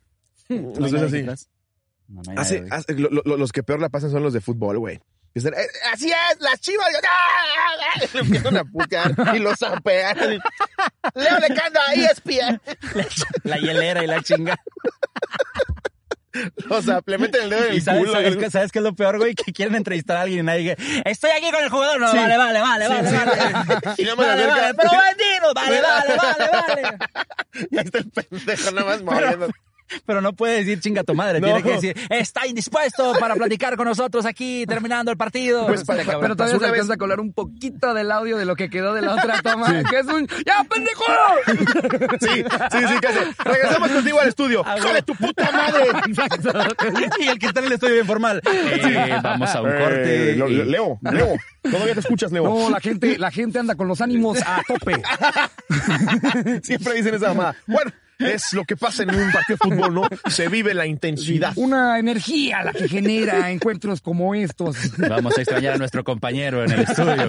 S1: *laughs*
S2: Los ves así.
S3: No, no hay
S2: Hace-
S3: nadie, güey.
S2: hace- lo- lo- los que peor la pasan son los de fútbol, güey. Que están, "Eh, Así es, las chivas. Yo, ¡Ah! ah, *laughs* ah", lo empiezan a putear y
S3: *laughs*
S2: los zapean. Leo le canta a E ESPN. ah.
S3: La hielera y la chinga.
S2: Los zap- le meten el dedo en
S3: ¿Y
S2: el
S3: *laughs* sabes,
S2: culo.
S3: sabes que- sabes qué es lo peor, güey? Que quieren entrevistar a alguien y nadie dice, estoy aquí con el jugador. No, vale, vale, vale, vale, *laughs* vale.
S2: "Ah, Y no me
S3: Vale, vale, pero
S2: *laughs*
S3: bandido, *laughs* vale, vale, vale, vale.
S2: Ya está el pendejo nada más moviendo.
S3: *laughs* Pero no puede decir chinga tu madre,
S2: No.
S3: tiene que decir, está indispuesto para platicar con nosotros aquí terminando el partido.
S2: Pues
S3: No sé,
S2: para-
S3: cabrón.
S1: Pero todavía
S2: Pasó
S1: se
S2: una vez-
S1: alcanza a colar un poquito del audio de lo que quedó de la *laughs* otra toma, que es un ¡Ya, pendejo!
S2: Sí, sí, sí, casi. Regresamos contigo al estudio.
S3: Ah,
S2: ¡Hijo de tu puta
S3: *laughs*
S2: madre!
S3: y el que está en el estudio bien formal. Eh, vamos a un
S2: Eh,
S3: corte.
S2: lo-
S3: y-
S2: lo- Leo, Leo, todavía te escuchas,
S1: *laughs*
S2: Leo.
S1: No, la gente, la gente anda con los ánimos a tope.
S2: Siempre dicen esa mamada. Bueno, es lo que pasa en un partido de fútbol, ¿no? Se vive la intensidad.
S1: Una energía la que genera encuentros como estos.
S3: Vamos a extrañar a nuestro compañero en el estudio. *laughs*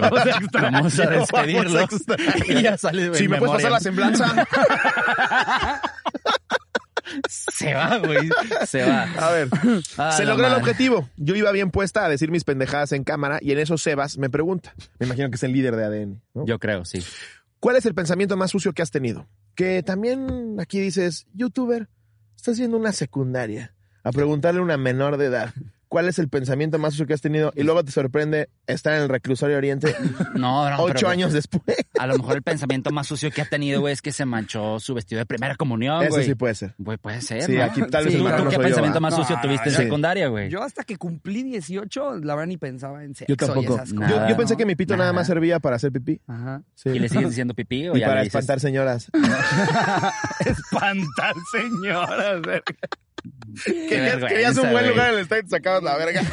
S3: Vamos a despedirlo. *laughs* Y
S2: *laughs*
S3: ya sale
S2: Si
S3: en
S2: me puedes pasar
S3: memoria.
S2: la semblanza.
S3: Se va, güey. Se va.
S2: A ver,
S3: *laughs* Ah,
S2: se
S3: la
S2: logró el
S3: madre.
S2: objetivo. Yo iba bien puesta a decir mis pendejadas en cámara y en eso Sebas me pregunta. Me imagino que es el líder de ADN. ¿no?
S3: Yo creo, sí.
S2: ¿Cuál es el pensamiento más sucio que has tenido? Que también aquí dices, youtuber, estás viendo una secundaria a preguntarle a una menor de edad. ¿cuál es el pensamiento más sucio que has tenido? Y luego te sorprende estar en el reclusorio
S3: *laughs*
S2: oriente
S3: No, no.
S2: ocho
S3: pero-
S2: años después.
S3: A lo mejor el pensamiento más sucio que ha tenido, güey, es que se manchó su vestido de primera comunión,
S2: Eso
S3: Ah, güey.
S2: sí puede ser.
S3: Güey, puede ser.
S2: Sí,
S3: ¿no?
S2: aquí tal vez
S1: Sí, claro,
S3: ¿Tú,
S2: el malo
S3: tú
S2: no
S3: qué
S2: soy yo,
S3: pensamiento
S2: ¿va?
S3: más
S1: No,
S3: sucio tuviste en
S2: sí.
S3: secundaria,
S1: *laughs*
S3: güey?
S1: Yo hasta que cumplí 18, la verdad ni pensaba en sexo
S2: Yo tampoco.
S1: y esas
S3: Yo-
S1: cosas.
S2: Yo, yo
S3: Ah, Nada,
S2: pensé
S1: ¿no?
S2: que mi pito nada. más servía para hacer pipí.
S1: Ajá.
S2: Sí.
S3: ¿Y le sigues diciendo pipí o
S2: Y
S3: ya
S2: para
S3: le dices?
S2: espantar señoras.
S5: Espantar, señoras.
S3: Qué
S2: Querías,
S3: vergüenza,
S2: querías un *laughs* buen
S3: güey.
S2: lugar en el estadio y te sacabas la verga.
S3: *laughs*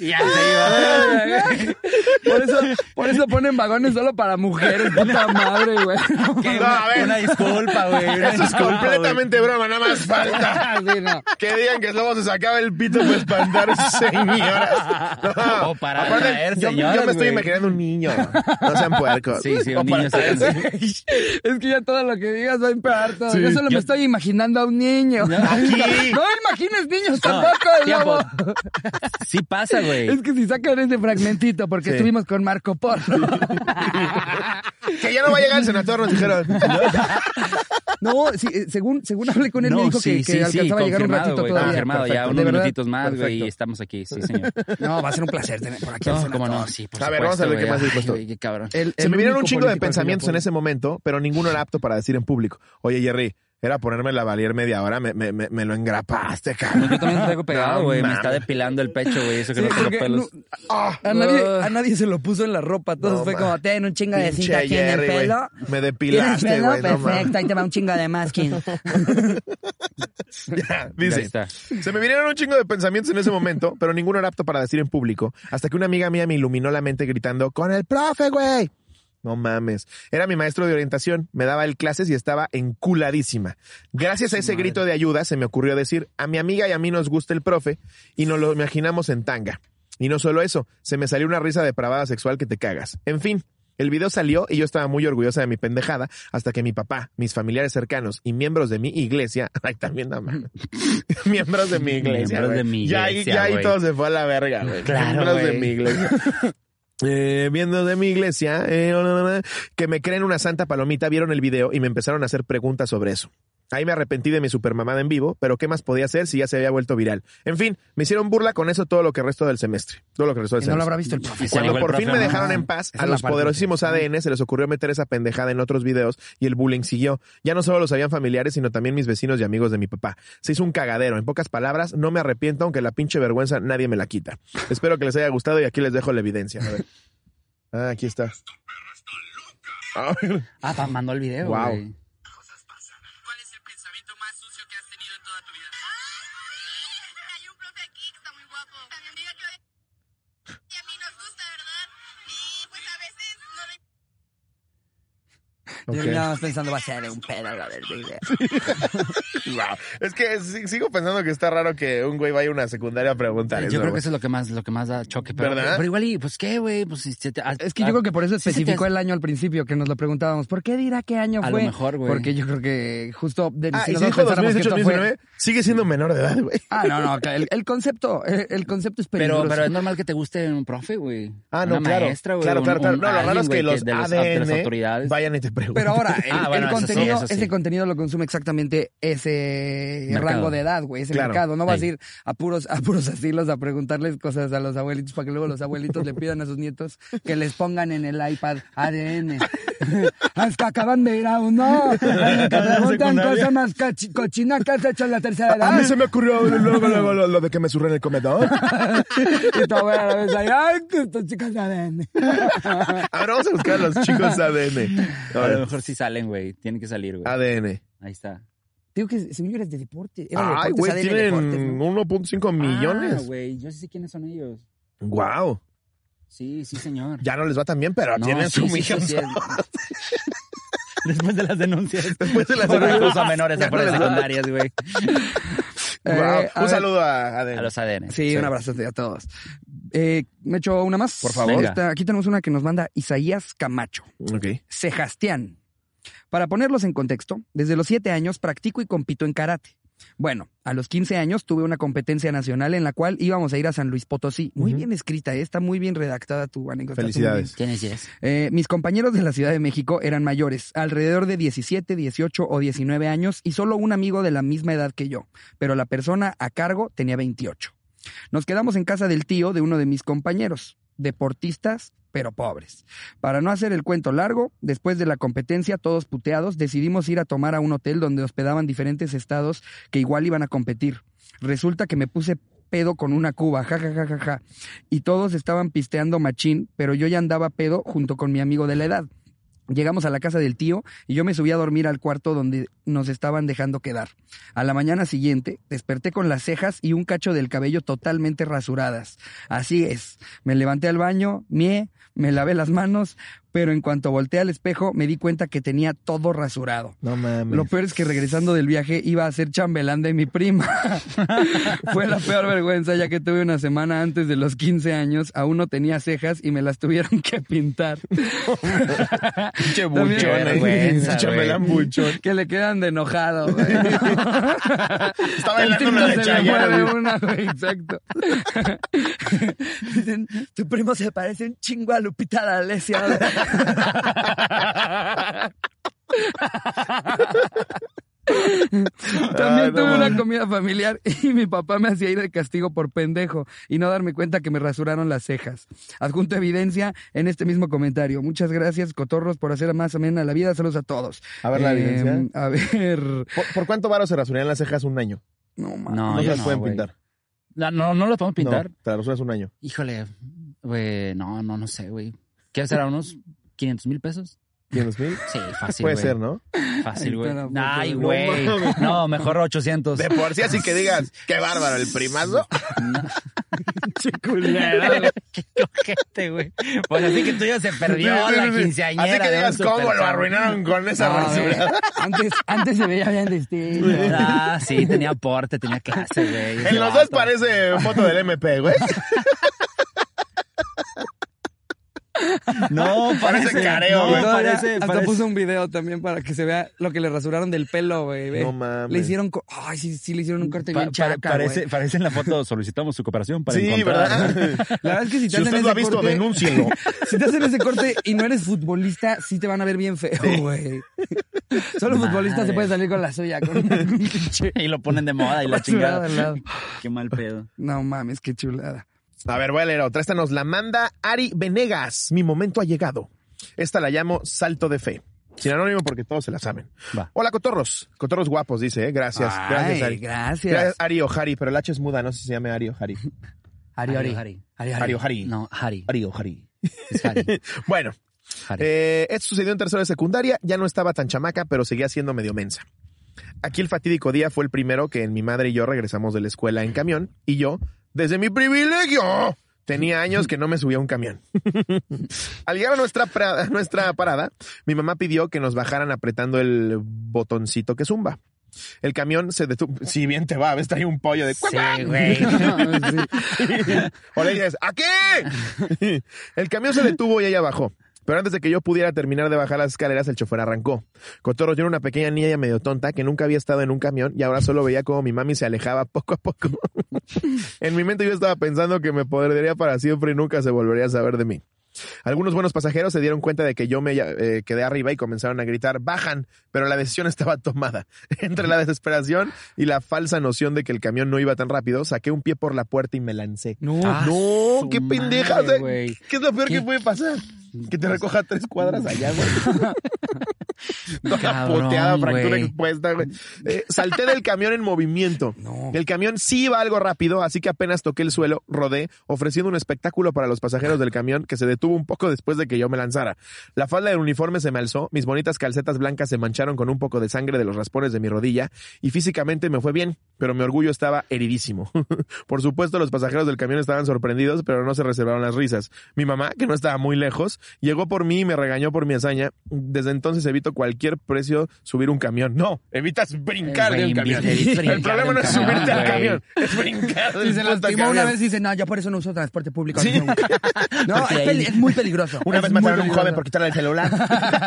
S3: Ya se iba.
S1: Por eso, por eso ponen vagones solo para mujeres, puta madre, *laughs* güey.
S3: Que
S2: *laughs* No,
S3: una,
S2: a ver.
S3: una disculpa, güey. una
S2: *laughs* Eso es
S3: disculpa, güey.
S2: completamente broma, nada más falta.
S1: Sí, no.
S2: Que digan que el lobo se sacaba el pito para espantar *laughs* señoras. No.
S3: O para
S2: Aparte,
S3: atraer
S2: yo,
S3: señoras,
S2: yo me estoy
S3: güey.
S2: imaginando un niño. No sean puercos.
S3: Sí, sí,
S2: O
S3: un
S2: para
S3: niño. *laughs*
S2: atraer-
S3: se-
S1: *laughs* Es que ya todo lo que digas va a empeorar todo. yo solo
S3: Yo-
S1: me estoy imaginando a un niño. *laughs*
S3: No.
S1: No imagines niños
S3: No,
S1: tampoco,
S3: tiempo.
S1: lobo.
S3: Sí pasa,
S2: *laughs*
S3: güey.
S1: Es que si sacan ese fragmentito, porque
S2: Sí.
S1: estuvimos con Marco Polo.
S2: Que ya no va a llegar el senador, nos dijeron.
S1: *laughs* No, sí, eh, según, según hablé con él, me dijo que, que alcanzaba a llegar un
S3: confirmado,
S1: ratito
S3: güey,
S1: todavía.
S3: Confirmado, ya
S1: Perfecto,
S3: unos
S1: de verdad.
S3: minutitos más, güey,
S2: perfecto.
S3: y estamos aquí, sí, señor.
S1: No, va a ser un placer tener por aquí. al
S3: No,
S1: senador.
S3: cómo no, Eh, sí, por
S2: A ver, vamos a ver
S3: supuesto,
S2: qué
S3: güey.
S2: más
S3: Ay,
S2: dispuesto.
S3: güey, Qué cabrón.
S1: El-
S2: Se
S1: el
S2: me vinieron un
S1: único
S2: chingo
S1: político
S2: de
S1: al que
S2: pensamientos
S1: yo
S2: en ese momento, pero ninguno era apto para decir en público. Oye, Jerry, era ponerme la valier media hora, me, me, me, me lo engrapaste,
S3: No, yo
S2: cabrón. *laughs*
S3: también lo traigo pegado,
S2: No,
S3: güey. me
S2: mames.
S3: está depilando el pecho, güey. Eso que
S1: Sí,
S3: no tengo
S1: porque
S3: pelos.
S1: no- ah, a, a nadie, a nadie se lo puso en la ropa. Entonces
S2: No,
S1: fue
S2: ma.
S1: como, ten un chingo de cinta
S2: Pinche
S1: aquí en el
S2: Jerry, güey.
S1: pelo.
S2: Me
S1: ¿Tienes *laughs*
S2: depilaste,
S1: pelo?
S2: güey. no mames.
S1: Perfecto, ahí te va un chingo de *laughs* masking.
S2: Ya,
S3: Ahí
S2: *laughs* dice,
S3: está.
S2: se me vinieron un chingo de pensamientos en ese momento, pero ninguno era apto para decir en público, hasta que una amiga mía me iluminó la mente gritando, con el profe, güey. No mames. Era mi maestro de orientación, me daba el clases y estaba enculadísima. Gracias a ese grito de ayuda se me ocurrió decir, a mi amiga y a mí nos gusta el profe y nos lo imaginamos en tanga. Y no solo eso, se me salió una risa depravada sexual que te cagas. En fin, el video salió y yo estaba muy orgullosa de mi pendejada hasta que mi papá, mis familiares cercanos y miembros de mi iglesia, *laughs* ay, también no mames. miembros de mi iglesia.
S3: Miembros de
S2: güey.
S3: mi
S2: ya ahí-
S3: iglesia,
S2: ya ahí
S3: güey.
S2: todo se fue a la verga, güey.
S3: Claro,
S2: Miembros de
S3: güey. *laughs*
S2: mi iglesia. Eh, viendo de mi iglesia, eh, no, no, no, que me creen una santa palomita, vieron el video y me empezaron a hacer preguntas sobre eso. Ahí me arrepentí de mi supermamada en vivo, pero ¿qué más podía hacer si ya se había vuelto viral? En fin, me hicieron burla con eso todo lo que restó del semestre. Todo lo que restó del
S1: Que no lo
S2: semestre.
S1: habrá visto el profe.
S3: Y se
S2: Cuando
S3: negó el
S2: por fin
S3: profe,
S2: me
S3: ¿no?
S2: dejaron en paz,
S1: Esa
S2: a
S1: es la
S2: los
S1: parte
S2: poderosísimos ADN se les ocurrió meter esa pendejada en otros videos y el bullying siguió. Ya no solo lo sabían familiares, sino también mis vecinos y amigos de mi papá. Se hizo un cagadero. En pocas palabras, no me arrepiento, aunque la pinche vergüenza nadie me la quita. Espero que les haya gustado y aquí les dejo la evidencia. A ver. Ah, aquí está. A ver.
S3: Ah, pa- mandó el video,
S2: Wow.
S3: güey.
S6: ¿Cuál es el pensamiento más sucio que has tenido en toda tu vida? Hay un profe aquí que está muy guapo. A mi amiga que hoy- y a mí nos gusta, ¿verdad? Y pues a veces no le
S1: Yo
S2: Ok.
S1: estábamos pensando, va a ser un pedo la del video.
S2: Wow. Es que si- sigo pensando que está raro que un güey vaya a una secundaria a preguntar
S3: Yo
S2: eso,
S3: creo que
S2: güey.
S3: eso es lo que más, lo que más da choque. Pero,
S2: ¿Verdad?
S3: pero igual, y pues qué, güey. Pues, si te- a-
S1: Es que yo
S3: a-
S1: creo que por eso
S3: sí se te
S1: especificó
S3: hace-
S1: el año al principio, que nos lo preguntábamos. ¿Por qué dirá qué año
S3: A lo
S1: fue?
S3: mejor, güey.
S1: Porque yo creo que justo de,
S2: Ah,
S1: si
S2: y si
S1: nosotros
S2: dijo
S1: pensáramos que
S2: 2018, ¿eh?
S1: esto fue...
S2: 2019, sigue siendo menor de edad, güey.
S1: Ah, no, no, el, el concepto, el, el concepto es peligroso.
S3: Pero, pero es normal que te guste un profe, güey.
S2: Ah, no,
S3: Una
S2: claro.
S3: maestra, güey.
S2: claro,
S3: un-
S2: claro, claro.
S3: un
S2: no, lo raro
S3: alguien,
S2: es que
S3: güey,
S2: los
S3: de los- de las
S2: ADN
S3: autoridades.
S2: vayan y te *laughs* pregunten.
S1: Pero ahora, el,
S3: Ah,
S1: el
S3: bueno, eso sí,
S1: contenido,
S3: eso sí.
S1: ese contenido lo consume exactamente ese
S3: Mercado.
S1: rango de edad, güey, ese
S2: Claro.
S1: mercado. No vas a
S3: Ahí.
S1: ir a puros, a puros asilos a preguntarles cosas a los abuelitos para que luego los abuelitos le pidan a sus nietos que les pongan en el iPad *laughs* ADN. Hasta acaban de ir a
S2: *laughs*
S1: uno. Que preguntan
S2: secundaria. Ah,
S1: cosa más cachi- cochina que has hecho en la tercera edad.
S2: A mí se me ocurrió luego, luego lo, lo de que me surré en el comedor.
S1: *laughs* Y tu abuela ves ahí, ay, que estas chicas de ADN.
S2: Ahora vamos a buscar *laughs* a los chicos ADN. A
S3: A lo
S2: ver,
S3: mejor sí salen, güey. Tienen que salir, güey.
S2: ADN.
S3: Ahí está.
S1: Digo que según yo eres de deporte. Era de
S2: Ay,
S1: deportes,
S2: güey,
S1: ADN
S2: tienen
S1: deportes, ¿no?
S2: 1.5
S3: Ah,
S2: millones.
S3: güey. Yo sí sé quiénes son ellos.
S2: Wow.
S3: Sí, sí,
S2: *laughs*
S3: señor.
S2: Ya no les va tan bien, pero
S3: No,
S2: tienen
S3: sí,
S2: su
S3: sí,
S2: millón.
S3: sí, sí. Después de las denuncias.
S2: *laughs* Después de las
S3: Por
S2: denuncias.
S3: abuso a menores en escuelas secundarias, güey.
S2: Guau.
S1: Eh, a
S2: Un
S1: ver.
S2: saludo a ADN.
S3: A los ADN.
S1: Sí, un abrazo a todos. Eh, me echo una más.
S3: Por favor.
S1: Esta- aquí tenemos una que nos manda Isaías Camacho.
S2: Ok.
S1: Sejastián. Para ponerlos en contexto, desde los siete años practico y compito en karate. Bueno, a los 15 años tuve una competencia nacional en la cual íbamos a ir a San Luis Potosí. Muy
S2: Ujú.
S1: bien escrita, eh, está muy bien redactada tu anécdota. está muy bien.
S2: Felicidades.
S3: ¿Quién es Jess?
S1: Eh, mis compañeros de la Ciudad de México eran mayores, alrededor de 17, 18 o 19 años y solo un amigo de la misma edad que yo, pero la persona a cargo tenía 28. Nos quedamos en casa del tío de uno de mis compañeros, deportistas pero pobres. Para no hacer el cuento largo, después de la competencia, todos puteados, decidimos ir a tomar a un hotel donde hospedaban diferentes estados que igual iban a competir. Resulta que me puse pedo con una cuba, ja, ja, ja, ja, ja y todos estaban pisteando machín, pero yo ya andaba pedo junto con mi amigo de la edad. Llegamos a la casa del tío y yo me subí a dormir al cuarto donde nos estaban dejando quedar. A la mañana siguiente desperté con las cejas y un cacho del cabello totalmente rasuradas. Así es, me levanté al baño, mié, me lavé las manos, pero en cuanto volteé al espejo me di cuenta que tenía todo rasurado.
S2: No mames.
S1: Lo peor es que regresando del viaje iba a ser chambelán de mi prima. *laughs* Fue la peor vergüenza ya que tuve una semana antes de los 15 años, aún no tenía cejas y me las tuvieron que pintar.
S2: Pinche
S1: También-
S2: buchón eh, ahí.
S3: vergüenza,
S2: Pinche
S3: güey.
S2: melán buchón.
S1: Que le quedan de enojado. *laughs* güey.
S2: Está bailando una
S1: se le mueve
S2: de Chayanne, güey.
S1: una, güey, exacto. *laughs* Dicen, tu primo se parece un chingo a Lupita D'Alessio. También *laughs*
S2: Ah, no
S1: tuve una
S2: mames.
S1: comida familiar *laughs* y mi papá me hacía ir de castigo por pendejo y no darme cuenta que me rasuraron las cejas. Adjunto evidencia en este mismo comentario. Muchas gracias, cotorros, por hacer más amena la vida. Saludos a todos.
S2: A ver la
S1: Em,
S2: evidencia.
S1: A ver. *laughs*
S2: ¿Por, por cuánto varo se rasurían las cejas un año?
S1: No, mames.
S3: No,
S2: No, se
S3: yo
S2: las
S3: no,
S2: pueden
S3: güey.
S2: pintar.
S3: No, no, no lo podemos pintar.
S2: No, te las rasuras un año.
S3: Híjole, güey, no, no, no sé, güey. ¿Qué será? ¿Unos 500 mil pesos?
S2: ¿Tienes mil?
S3: Ah, Sí, fácil,
S2: Puede
S3: güey.
S2: ser, ¿no?
S3: Fácil,
S1: Ahí
S3: güey.
S1: está la foto,
S3: Ay,
S1: no
S3: güey.
S2: mames.
S3: No, mejor 800.
S2: De por sí, así
S3: *laughs*
S2: que digas, qué bárbaro, el primazo.
S3: Pues *laughs*
S1: *laughs*
S3: Qué cojete, güey. Pues así que tú ya se perdió
S2: Sí, sí,
S3: la
S2: sí, sí.
S3: quinceañera.
S2: Así que
S3: de un
S2: digas, ¿cómo lo
S3: superchavo.
S2: arruinaron con esa
S1: No, a ver,
S2: rasura?
S1: antes, antes se veía bien distinto.
S3: Ah, sí, tenía aporte, tenía clase, güey. Ese
S2: En los dos
S3: vato.
S2: parece foto del MP, güey.
S3: *laughs* No,
S2: Parece careo,
S1: Y
S2: güey.
S1: todavía
S3: parece,
S1: hasta
S3: parece-
S1: puso un video también para que se vea lo que le rasuraron del pelo, güey. ve.
S2: No mames.
S1: Le hicieron... co- Ay, sí, sí, le hicieron un corte
S3: pa-
S1: bien
S3: pa-
S1: chaca,
S3: parece,
S1: güey.
S3: parece en la foto solicitamos su cooperación para
S2: Sí,
S3: encontrar.
S2: ¿verdad? *laughs*
S1: La verdad es que si te
S2: Si
S1: hacen
S2: usted
S1: ese
S2: lo ha visto,
S1: corte...
S2: denúncienlo.
S1: *laughs* Si te hacen ese corte y no eres futbolista, sí te van a ver bien feo, güey. Solo
S3: Madre.
S1: futbolista se puede salir con la suya. con una pinche
S3: Y lo ponen de moda
S2: *laughs*
S3: y la
S1: rasurada
S3: chingada.
S1: al lado.
S3: Qué mal pedo.
S1: No mames, qué chulada.
S2: A ver, voy a leer otra. Esta nos la manda Ari Venegas. Mi momento ha llegado. Esta la llamo Salto de Fe. Sin anónimo porque todos se la saben.
S3: Va.
S2: Hola, cotorros. Cotorros guapos, dice, ¿eh? Gracias. gracias,
S1: Ay,
S2: Ari.
S1: Gracias.
S2: Gracias, Ari Ojari, pero el H es muda, no sé si se llama Ari Ojari.
S1: Ari, Ari.
S3: Hari.
S1: Ari,
S2: Ari
S1: Ari.
S2: Ojari.
S3: No, Hari.
S2: Ari Ojari.
S3: Es Hari.
S2: Bueno,
S3: Hari.
S2: eh, esto sucedió en tercero de secundaria. Ya no estaba tan chamaca, pero seguía siendo medio mensa. Aquí el fatídico día fue el primero que mi madre y yo regresamos de la escuela en camión. Y yo, desde mi privilegio, tenía años que no me subía a un camión. Al llegar a nuestra, pra- a nuestra parada, mi mamá pidió que nos bajaran apretando el botoncito que zumba. El camión se detuvo. Si bien te va, ves, trae un pollo de...
S3: Sí, güey.
S1: No, *laughs* sí.
S2: O le dices, ¿a qué? El camión se detuvo y ella bajó. Pero antes de que yo pudiera terminar de bajar las escaleras, el chofer arrancó. Cotorro, yo era una pequeña niña medio tonta que nunca había estado en un camión y ahora solo veía cómo mi mami se alejaba poco a poco. en mi mente yo estaba pensando que me perdería para siempre y nunca se volvería a saber de mí. Algunos buenos pasajeros se dieron cuenta de que yo me eh, quedé arriba y comenzaron a gritar, bajan, pero la decisión estaba tomada. *laughs* Entre la desesperación y la falsa noción de que el camión no iba tan rápido, saqué un pie por la puerta y me lancé.
S1: No,
S3: Ah,
S2: No,
S3: su
S2: qué
S3: madre,
S2: pendeja. o sea,
S3: güey.
S2: ¿Qué es lo peor
S3: ¿Qué?
S2: que puede pasar? Que te recoja tres cuadras allá, güey.
S3: *laughs*
S2: Toda
S3: Cabrón,
S2: puteada, fractura
S3: güey.
S2: expuesta, güey. Eh, salté del camión en movimiento.
S1: No.
S2: El camión sí iba algo rápido, así que apenas toqué el suelo, rodé, ofreciendo un espectáculo para los pasajeros del camión que se detuvo un poco después de que yo me lanzara. La falda del uniforme se me alzó, mis bonitas calcetas blancas se mancharon con un poco de sangre de los raspones de mi rodilla y físicamente me fue bien. pero mi orgullo estaba heridísimo. Por supuesto, los pasajeros del camión estaban sorprendidos, pero no se reservaron las risas. Mi mamá, que no estaba muy lejos, llegó por mí y me regañó por mi hazaña. Desde entonces evito cualquier precio subir un camión. No, evitas
S3: Eh,
S2: brincar de
S3: güey,
S2: un camión.
S3: evitas brincar
S2: El problema
S3: de un
S2: no es
S3: camión,
S2: subirte al
S3: güey.
S2: camión, es brincar. del
S1: Si se
S2: puto
S1: lastimó una
S2: camión.
S1: vez y dice, no, yo por eso no uso transporte público.
S2: Sí.
S1: nunca".
S2: *laughs*
S1: No, es,
S3: Porque ahí-
S1: peli- es muy peligroso.
S2: Una
S1: Es
S2: vez
S1: muy
S2: mataron a un
S1: peligroso.
S2: joven por quitarle el celular.
S3: *laughs*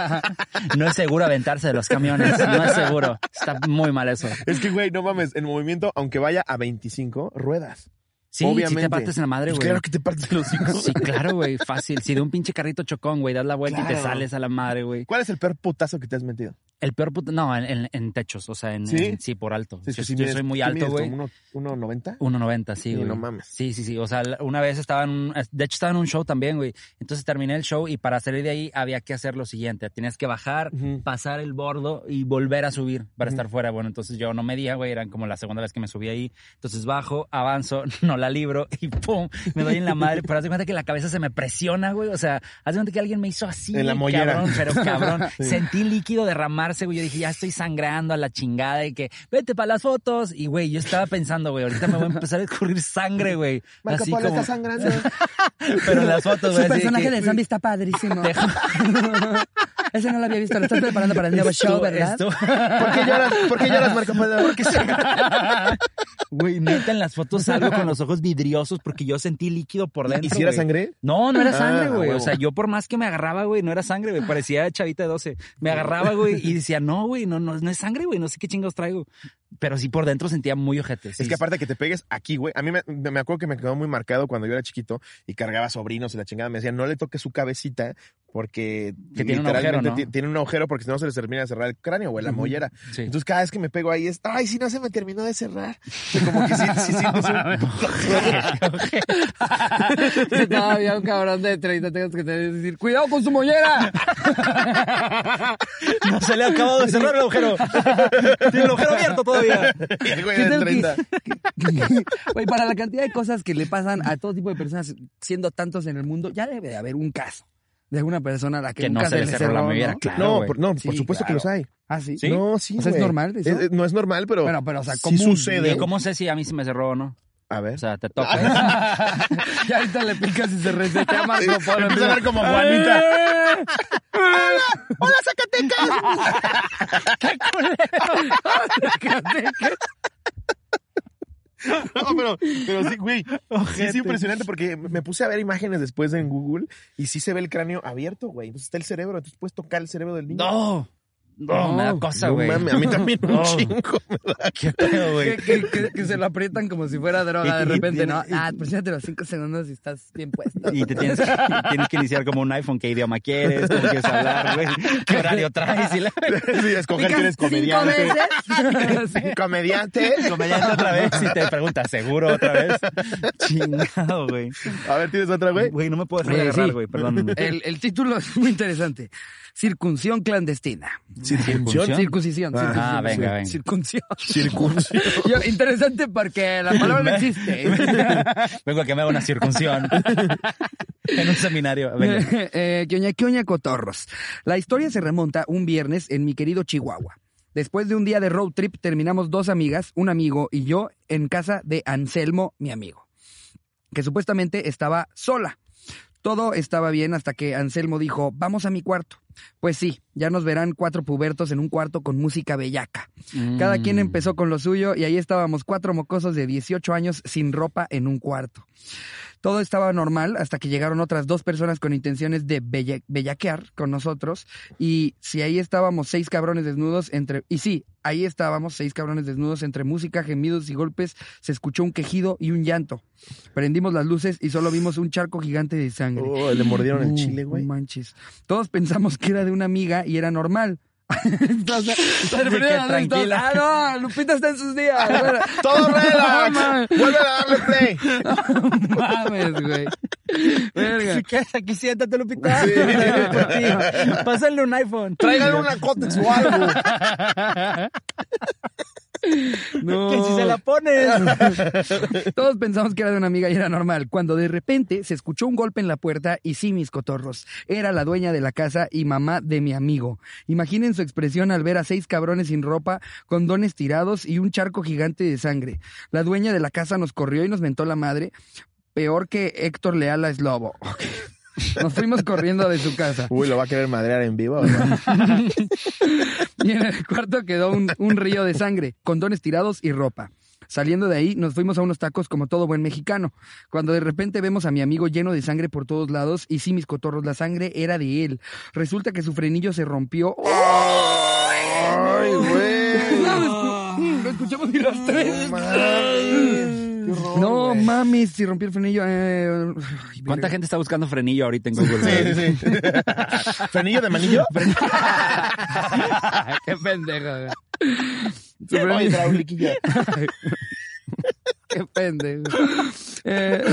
S3: No es seguro aventarse de los camiones, no es seguro. Está muy mal eso.
S2: Es que, güey, no mames, en movimiento, aunque vaya a 25, ruedas.
S3: Sí, sí te partes en la madre,
S2: Pues
S3: güey.
S2: Claro que te partes los cinco.
S3: Sí, claro, güey, fácil. Si de un pinche carrito chocón, güey, das la vuelta y te
S2: Claro.
S3: sales a la madre, güey.
S2: ¿Cuál es el peor putazo que te has metido?
S3: El peor puto, no, en, en- en techos, o sea, en, en-
S2: ¿Sí?
S3: ¿Sí? por alto.
S2: Sí, es
S3: yo
S2: que si
S3: yo
S2: mides-
S3: soy muy
S2: ¿qué
S3: alto,
S2: mides,
S3: güey.
S2: como uno- ¿1.90?
S3: 1.90, sí,
S2: Sí,
S3: güey.
S2: no mames.
S3: Sí, sí, sí. O sea, la- una vez estaba en un- De hecho, estaba en un show también, güey. Entonces terminé el show y para salir de ahí había que hacer lo siguiente. Tenías que bajar,
S2: Ujú.
S3: pasar el bordo y volver a subir para estar fuera. Bueno, entonces yo no medía, güey. Eran como la segunda vez que me subí ahí. Entonces bajo, avanzo, *laughs* no la libro y ¡pum! Me doy en la madre. Pero haz de cuenta que la cabeza se me presiona, güey. O sea, haz de cuenta que alguien me hizo así.
S2: En la
S3: güey,
S2: mollera.
S3: Cabrón,
S2: *laughs*
S3: pero cabrón. Sentí líquido derramarse, güey. Yo dije, ya estoy sangrando a la chingada y que vete para las fotos. Y, güey, yo estaba pensando, güey, ahorita me va a empezar a escurrir sangre, güey.
S2: Marco
S3: Así
S2: Polo
S3: como,
S2: está sangrando.
S3: pero en las fotos,
S1: Su
S3: güey. así de
S1: personaje
S3: que-
S1: de zombie está padrísimo. *laughs* Ese no lo había visto, lo estás preparando para el nuevo show,
S3: Esto-
S1: ¿verdad?
S3: esto-
S2: ¿Por qué lloras? ¿Por qué lloras, Marco Polo?
S3: *laughs* Güey, neta, en las fotos salgo con los ojos vidriosos porque yo sentí líquido por dentro.
S2: ¿Y si era
S3: güey.
S2: sangre?
S3: No, no era
S2: Ah,
S3: sangre,
S2: a
S3: güey. O
S2: huevo.
S3: sea, yo por más que me agarraba, güey, no era sangre, güey. Parecía chavita de 12. Me agarraba, güey, y decía, no, güey, no, no, no es sangre, güey. No sé qué chingados traigo. Pero sí por dentro sentía muy ojete. sí.
S2: Es que aparte que te pegues aquí, güey. A mí me, me acuerdo que me quedó muy marcado cuando yo era chiquito y cargaba sobrinos y la chingada. Me decían, no le toques su cabecita porque
S3: Que tiene un
S2: literalmente
S3: agujero, ¿no?
S2: ti- tiene un agujero porque si no se les termina de cerrar el cráneo, güey, la mollera.
S3: Sí.
S2: Entonces cada vez que me pego ahí es, ay, si no se me terminó de cerrar. Como que sí, sí, sí. no sé.
S1: *laughs* Todavía un cabrón de 30 tengo que tener que decir, cuidado con su
S2: *laughs*
S1: mollera.
S3: *laughs* No se le ha acabado de cerrar el agujero. Tiene el agujero abierto todavía.
S2: Y el güey
S1: ¿Qué
S2: de
S1: tal que-
S2: 30.
S1: *laughs* Güey, para la cantidad de cosas que le pasan a todo tipo de personas, siendo tantos en el mundo, ya debe de haber un caso de alguna persona a la que,
S3: Que no
S1: nunca
S3: se le cerró la
S1: ¿no?
S3: mollera, claro.
S2: No,
S3: güey.
S2: por, no,
S1: Sí,
S2: por supuesto que
S1: claro.
S2: los hay.
S1: Ah, sí.
S2: *laughs* No, sí,
S1: O sea, ¿es
S2: güey.
S1: normal eso?
S2: Es- es- no es normal, pero.
S1: Bueno, pero, o sea,
S2: sí
S1: común.
S2: sucede.
S3: ¿Y cómo sé si a mí se me cerró o no?
S2: A ver.
S3: O sea, te
S2: *laughs*
S3: toca.
S1: Ya ahorita le picas y se resetea Marco Polo.
S2: Empieza a ver como
S1: *laughs*
S2: Juanita.
S1: *laughs*
S2: *laughs* No, pero, pero sí, güey. Sí, es impresionante porque me puse a ver imágenes después en Google y sí se ve el cráneo abierto, güey. Entonces está el cerebro, entonces puedes tocar el cerebro del niño.
S3: No. No, me da cosa,
S2: No
S3: güey.
S2: mames, a mí también un
S3: No.
S2: chingo me
S3: *laughs*
S2: da.
S3: Qué pedo, güey.
S1: Que, que, que, que se lo aprietan como si fuera droga de repente, ¿no? Ah, presionate los cinco segundos y estás bien
S3: *laughs*
S1: puesto.
S3: Y te tienes que, tienes que iniciar como un iPhone, qué idioma quieres, cómo quieres hablar, güey, qué horario traes. Y la...
S2: *laughs* Sí, escoger
S1: Picas
S2: que eres
S1: cinco
S2: comediante.
S1: veces. *laughs*
S2: *laughs*
S1: Sí.
S2: Comediante.
S3: Comediante otra vez y te pregunta, ¿seguro otra vez? Chingado, güey.
S2: A ver, ¿tienes otra, güey?
S3: Güey, no me puedo dejar
S1: Güey,
S3: de agarrar,
S1: sí.
S3: güey, perdón.
S1: El, el título es muy interesante. Circuncisión clandestina.
S3: ¿Circuncisión?
S1: Circuncisión.
S2: Ah,
S1: circuncisión.
S3: ah, venga, venga.
S1: Circuncisión.
S2: Circuncisión.
S1: *laughs* Yo- interesante porque la palabra no
S3: *laughs*
S1: existe.
S3: Vengo a que me haga una circuncisión en un seminario. Venga.
S1: *laughs* eh, ¿Qué oña, qué oña, cotorros? La historia se remonta un viernes en mi querido Chihuahua. Después de un día de road trip, terminamos dos amigas, un amigo y yo, en casa de Anselmo, mi amigo, que supuestamente estaba sola. Todo estaba bien hasta que Anselmo dijo, vamos a mi cuarto. Pues sí, ya nos verán cuatro pubertos en un cuarto con música bellaca. Cada quien empezó con lo suyo y ahí estábamos cuatro mocosos de 18 años sin ropa en un cuarto. Todo estaba normal hasta que llegaron otras dos personas con intenciones de bella- bellaquear con nosotros. Y si ahí estábamos seis cabrones desnudos entre... Y sí, ahí estábamos seis cabrones desnudos entre música, gemidos y golpes. Se escuchó un quejido y un llanto. Prendimos las luces y solo vimos un charco gigante de sangre.
S2: Oh, le mordieron el
S1: Uh,
S2: chile,
S1: no
S2: güey.
S1: manches. Todos pensamos que era de una amiga y era normal. *laughs*
S3: *laughs* que tranquila.
S1: Ah, no, Lupita está en sus días.
S3: *laughs*
S1: Bueno,
S2: *laughs*
S1: *laughs*
S2: Todo relax.
S1: mames.
S2: Vuelve a darle *laughs* play.
S1: No mames, *laughs*
S3: *laughs*
S1: güey. Verga.
S3: Si quieres, aquí siéntate, Lupita. Pásenle un iPhone.
S2: Traigan una cótex o algo.
S1: No.
S3: Que si se la pones.
S1: *laughs* Todos pensamos que era de una amiga y era normal, cuando de repente se escuchó un golpe en la puerta y sí, mis cotorros, era la dueña de la casa y mamá de mi amigo. Imaginen su expresión al ver a seis cabrones sin ropa, condones tirados y un charco gigante de sangre. La dueña de la casa nos corrió y nos mentó la madre, peor que Héctor Leala es lobo. Ok. Nos fuimos corriendo de su casa.
S2: Uy, lo va a querer madrear en vivo. o no? *laughs*
S1: Y en el cuarto quedó un, un río de sangre, condones tirados y ropa. Saliendo de ahí, nos fuimos a unos tacos como todo buen mexicano. Cuando de repente vemos a mi amigo lleno de sangre por todos lados, y sí, mis cotorros, la sangre era de él. Resulta que su frenillo se rompió.
S2: Ay,
S1: *laughs*
S2: güey.
S1: Mm, Lo escuchamos y las tres.
S3: *laughs*
S2: Mames.
S1: No mames, si rompió el frenillo. eh, ay,
S3: ¿Cuánta
S1: verga.
S3: gente está buscando frenillo ahorita en Google?
S2: Sí, *laughs* sí. ¿Frenillo de manillo?
S3: Qué pendejo. güey.
S1: Su
S2: Oye,
S1: frenillo-
S2: hidrauliquillo.
S1: *laughs* Qué pendejo. Eh,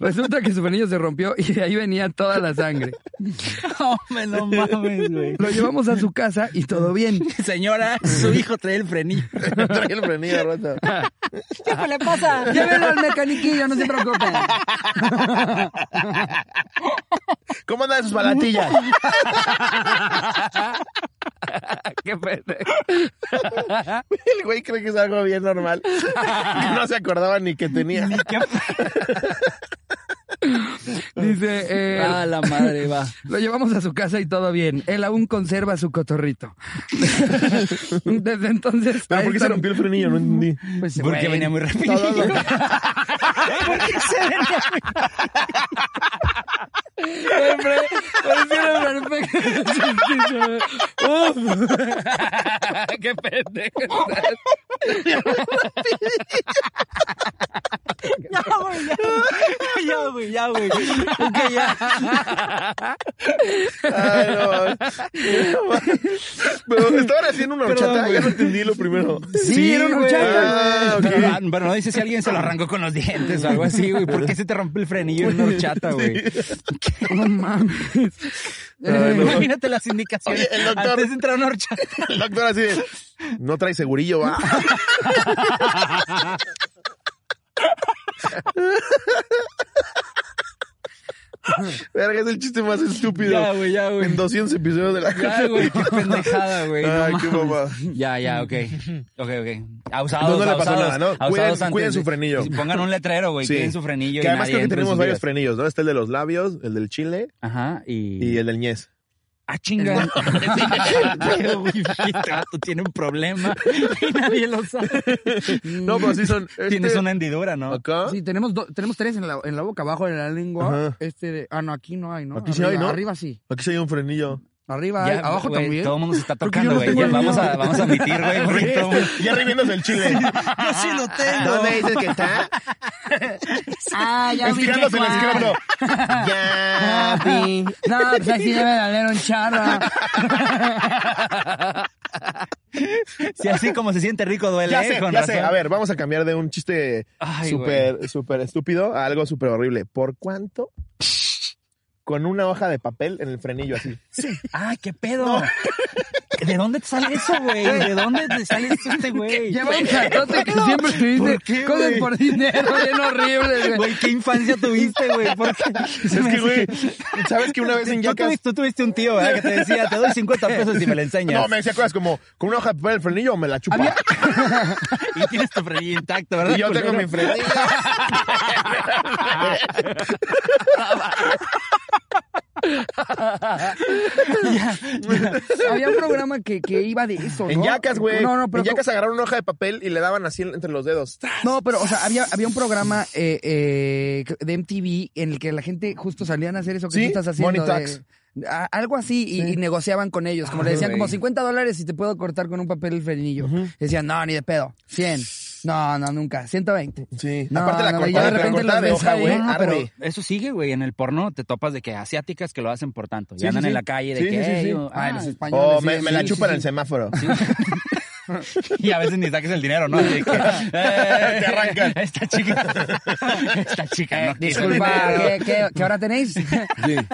S1: resulta que su frenillo se rompió y de ahí venía toda la sangre.
S3: No, me lo mames, güey.
S1: Lo llevamos a su casa y todo bien.
S3: Señora, su hijo trae el frenillo.
S2: *laughs* Trae el frenillo roto.
S3: ¿Qué le pasa?
S1: Llévelo al mecaniquillo, no se preocupen.
S2: ¿Cómo andan sus balatillas?
S1: *laughs*
S2: *laughs*
S1: Qué pendejo.
S2: El güey cree que es algo bien
S3: *laughs*
S2: normal. No se acordaba ni que tenía.
S1: Dice, eh,
S3: Ah, la madre va.
S1: Lo llevamos a su casa y todo bien. Él aún conserva su cotorrito. *laughs* Desde entonces.
S2: ¿Pero por qué se rompió el frenillo? No entendí.
S1: Pues,
S3: Porque
S1: güey,
S3: venía muy rápido.
S1: siempre, hicieron Pues, perfecto. Uf. *laughs* Qué *laughs* pendejo.
S3: *laughs* Ya, güey, ya. Ya, güey, ya, güey. Ok, ya.
S2: Ay, no. Pero estaban haciendo una horchata. ya no entendí lo primero.
S1: Sí, era una
S3: güey.
S2: horchata. Ah, ok.
S3: Pero, ah, pero no dice si alguien se lo arrancó con los dientes o algo así, güey. ¿Por qué se te rompe el frenillo en una horchata, güey?
S1: No
S3: *laughs*
S1: mames.
S2: Ay, no.
S3: Imagínate las indicaciones.
S2: Oye, el doctor-
S3: Antes de entrar a una horchata.
S2: El doctor así de, no trae segurillo, va. Verga, es el chiste más estúpido.
S3: Ya, güey, ya, güey.
S2: En 200 episodios de la
S3: Ya,
S2: casa. *laughs*
S3: güey, qué pendejada, güey. no
S2: Ay, qué
S3: mames.
S2: mamada.
S3: Ya, ya, ok. Ok, ok. Abusados,
S2: No, no le pasó
S3: abusados,
S2: nada, ¿no?
S3: abusados
S2: Cuiden-
S3: antes
S2: cuiden su
S3: de-
S2: frenillo.
S3: Pongan un letrero, güey.
S2: Sí.
S3: Cuiden su frenillo. y
S2: Que además
S3: nadie
S2: creo que
S3: entre
S2: tenemos
S3: sus
S2: varios
S3: vidas.
S2: frenillos, ¿no? Está el de los labios, el del chile
S3: Ajá, y...
S2: y el del ñez.
S3: ¡Ah,
S2: *laughs*
S3: chinga! *laughs* Pero, güey, este vato tiene un problema
S2: Este-
S3: y nadie lo sabe.
S2: No, pero sí *laughs* son. este,
S3: Tienes una hendidura, ¿no?
S2: Acá.
S1: Mm. Sí, tenemos, do- tenemos tres en la, en la boca, abajo de la lengua.
S2: Ajá.
S1: Este de- ah, no, aquí no hay, ¿no?
S2: Aquí
S1: arriba,
S2: sí hay, ¿no?
S1: Arriba sí.
S2: Aquí se hay un frenillo.
S1: Arriba hay, abajo
S3: güey,
S1: también.
S3: Todo el mundo se está
S1: Creo que yo
S3: tocando,
S1: no
S3: güey.
S1: tengo
S3: Ya
S1: el
S3: vamos
S1: mío.
S3: a, vamos a admitir,
S2: *laughs*
S3: güey, porque todo el mundo-
S2: Ya reviéndose el *laughs* chile.
S3: Yo sí lo tengo.
S2: ¿Dónde dices que *laughs* está?
S1: Ah, ya vi.
S2: Estirándose el escroto.
S1: *laughs*
S2: Ya, vi.
S1: No, pues así debe de haber un
S2: *laughs*
S1: charro.
S3: Si *laughs* así como se siente rico duele,
S2: Ya
S3: eh,
S2: sé,
S3: con
S2: ya
S3: razón.
S2: sé. A ver, vamos a cambiar de un chiste
S3: Ay,
S2: súper, súper estúpido a algo súper horrible. ¿Por cuánto? Con una hoja de papel en el frenillo así.
S3: ¡Ay, qué pedo! ¿De dónde te sale eso, güey? ¿De dónde te sale eso este güey?
S1: Lleva un chatote que siempre te dice
S3: ¿Por qué,
S1: cosas
S3: güey?
S1: por dinero bien horribles, güey.
S2: *laughs*
S3: Güey, ¿qué infancia tuviste, güey? ¿Por qué?
S2: Es que, güey, *laughs* ¿sabes que una
S3: *laughs*
S2: vez en
S3: Tú,
S2: Yacas...
S3: tuviste- tú tuviste un tío, ¿verdad? Que te decía, te doy 50 pesos si me la enseñas.
S2: No, me decía cosas como, ¿con una hoja de papel en el frenillo o me la chupa?
S3: Y tienes tu frenillo intacto, ¿verdad?
S2: *laughs* Y yo tengo mi frenillo.
S1: Había un programa que, que iba de eso, ¿no?
S2: En Yacas, güey.
S1: No, no, pero...
S2: en Yacas agarraron una hoja de papel y le daban así entre los dedos.
S1: No, pero, o sea, había, había un programa eh, eh, de MTV en el que la gente justo salían a hacer eso que
S2: Sí,
S1: tú estás haciendo.
S2: Money
S1: de-
S2: Talks. Ah,
S1: a- algo así, y, y negociaban con ellos. Como le decían, como 50 dólares y te puedo cortar con un papel el frenillo. Decían, no, ni de pedo. 100. No, no, nunca. 120.
S2: Sí.
S1: No,
S2: Aparte la
S1: no,
S2: cortada,
S1: ya de
S2: la
S1: repente
S2: cortada
S1: las
S2: de
S1: ves
S2: hoja,
S1: ahí.
S2: güey.
S1: No, no,
S2: arde.
S1: pero-
S3: Eso sigue, güey. En el porno te topas de que asiáticas que lo hacen por tanto. Y
S2: Sí,
S3: andan
S2: sí,
S3: en la
S2: sí.
S3: calle de
S2: Sí,
S3: que.
S2: sí, sí,
S3: "Ey,
S2: sí.
S3: yo-
S1: Ay,
S3: ah,
S1: los eh, españoles.
S2: O
S1: sí,
S2: me, me Oh, la
S1: sí,
S2: *laughs* chupan
S1: sí,
S2: en el semáforo.
S3: *laughs* Y a veces ni saques el dinero, ¿no? Así que, eh,
S2: *laughs* Te arrancan. Eh,
S3: Esta chica. *laughs* Esta chica no quiere.
S2: *laughs*
S1: Disculpa, ¿qué, qué, qué hora tenéis?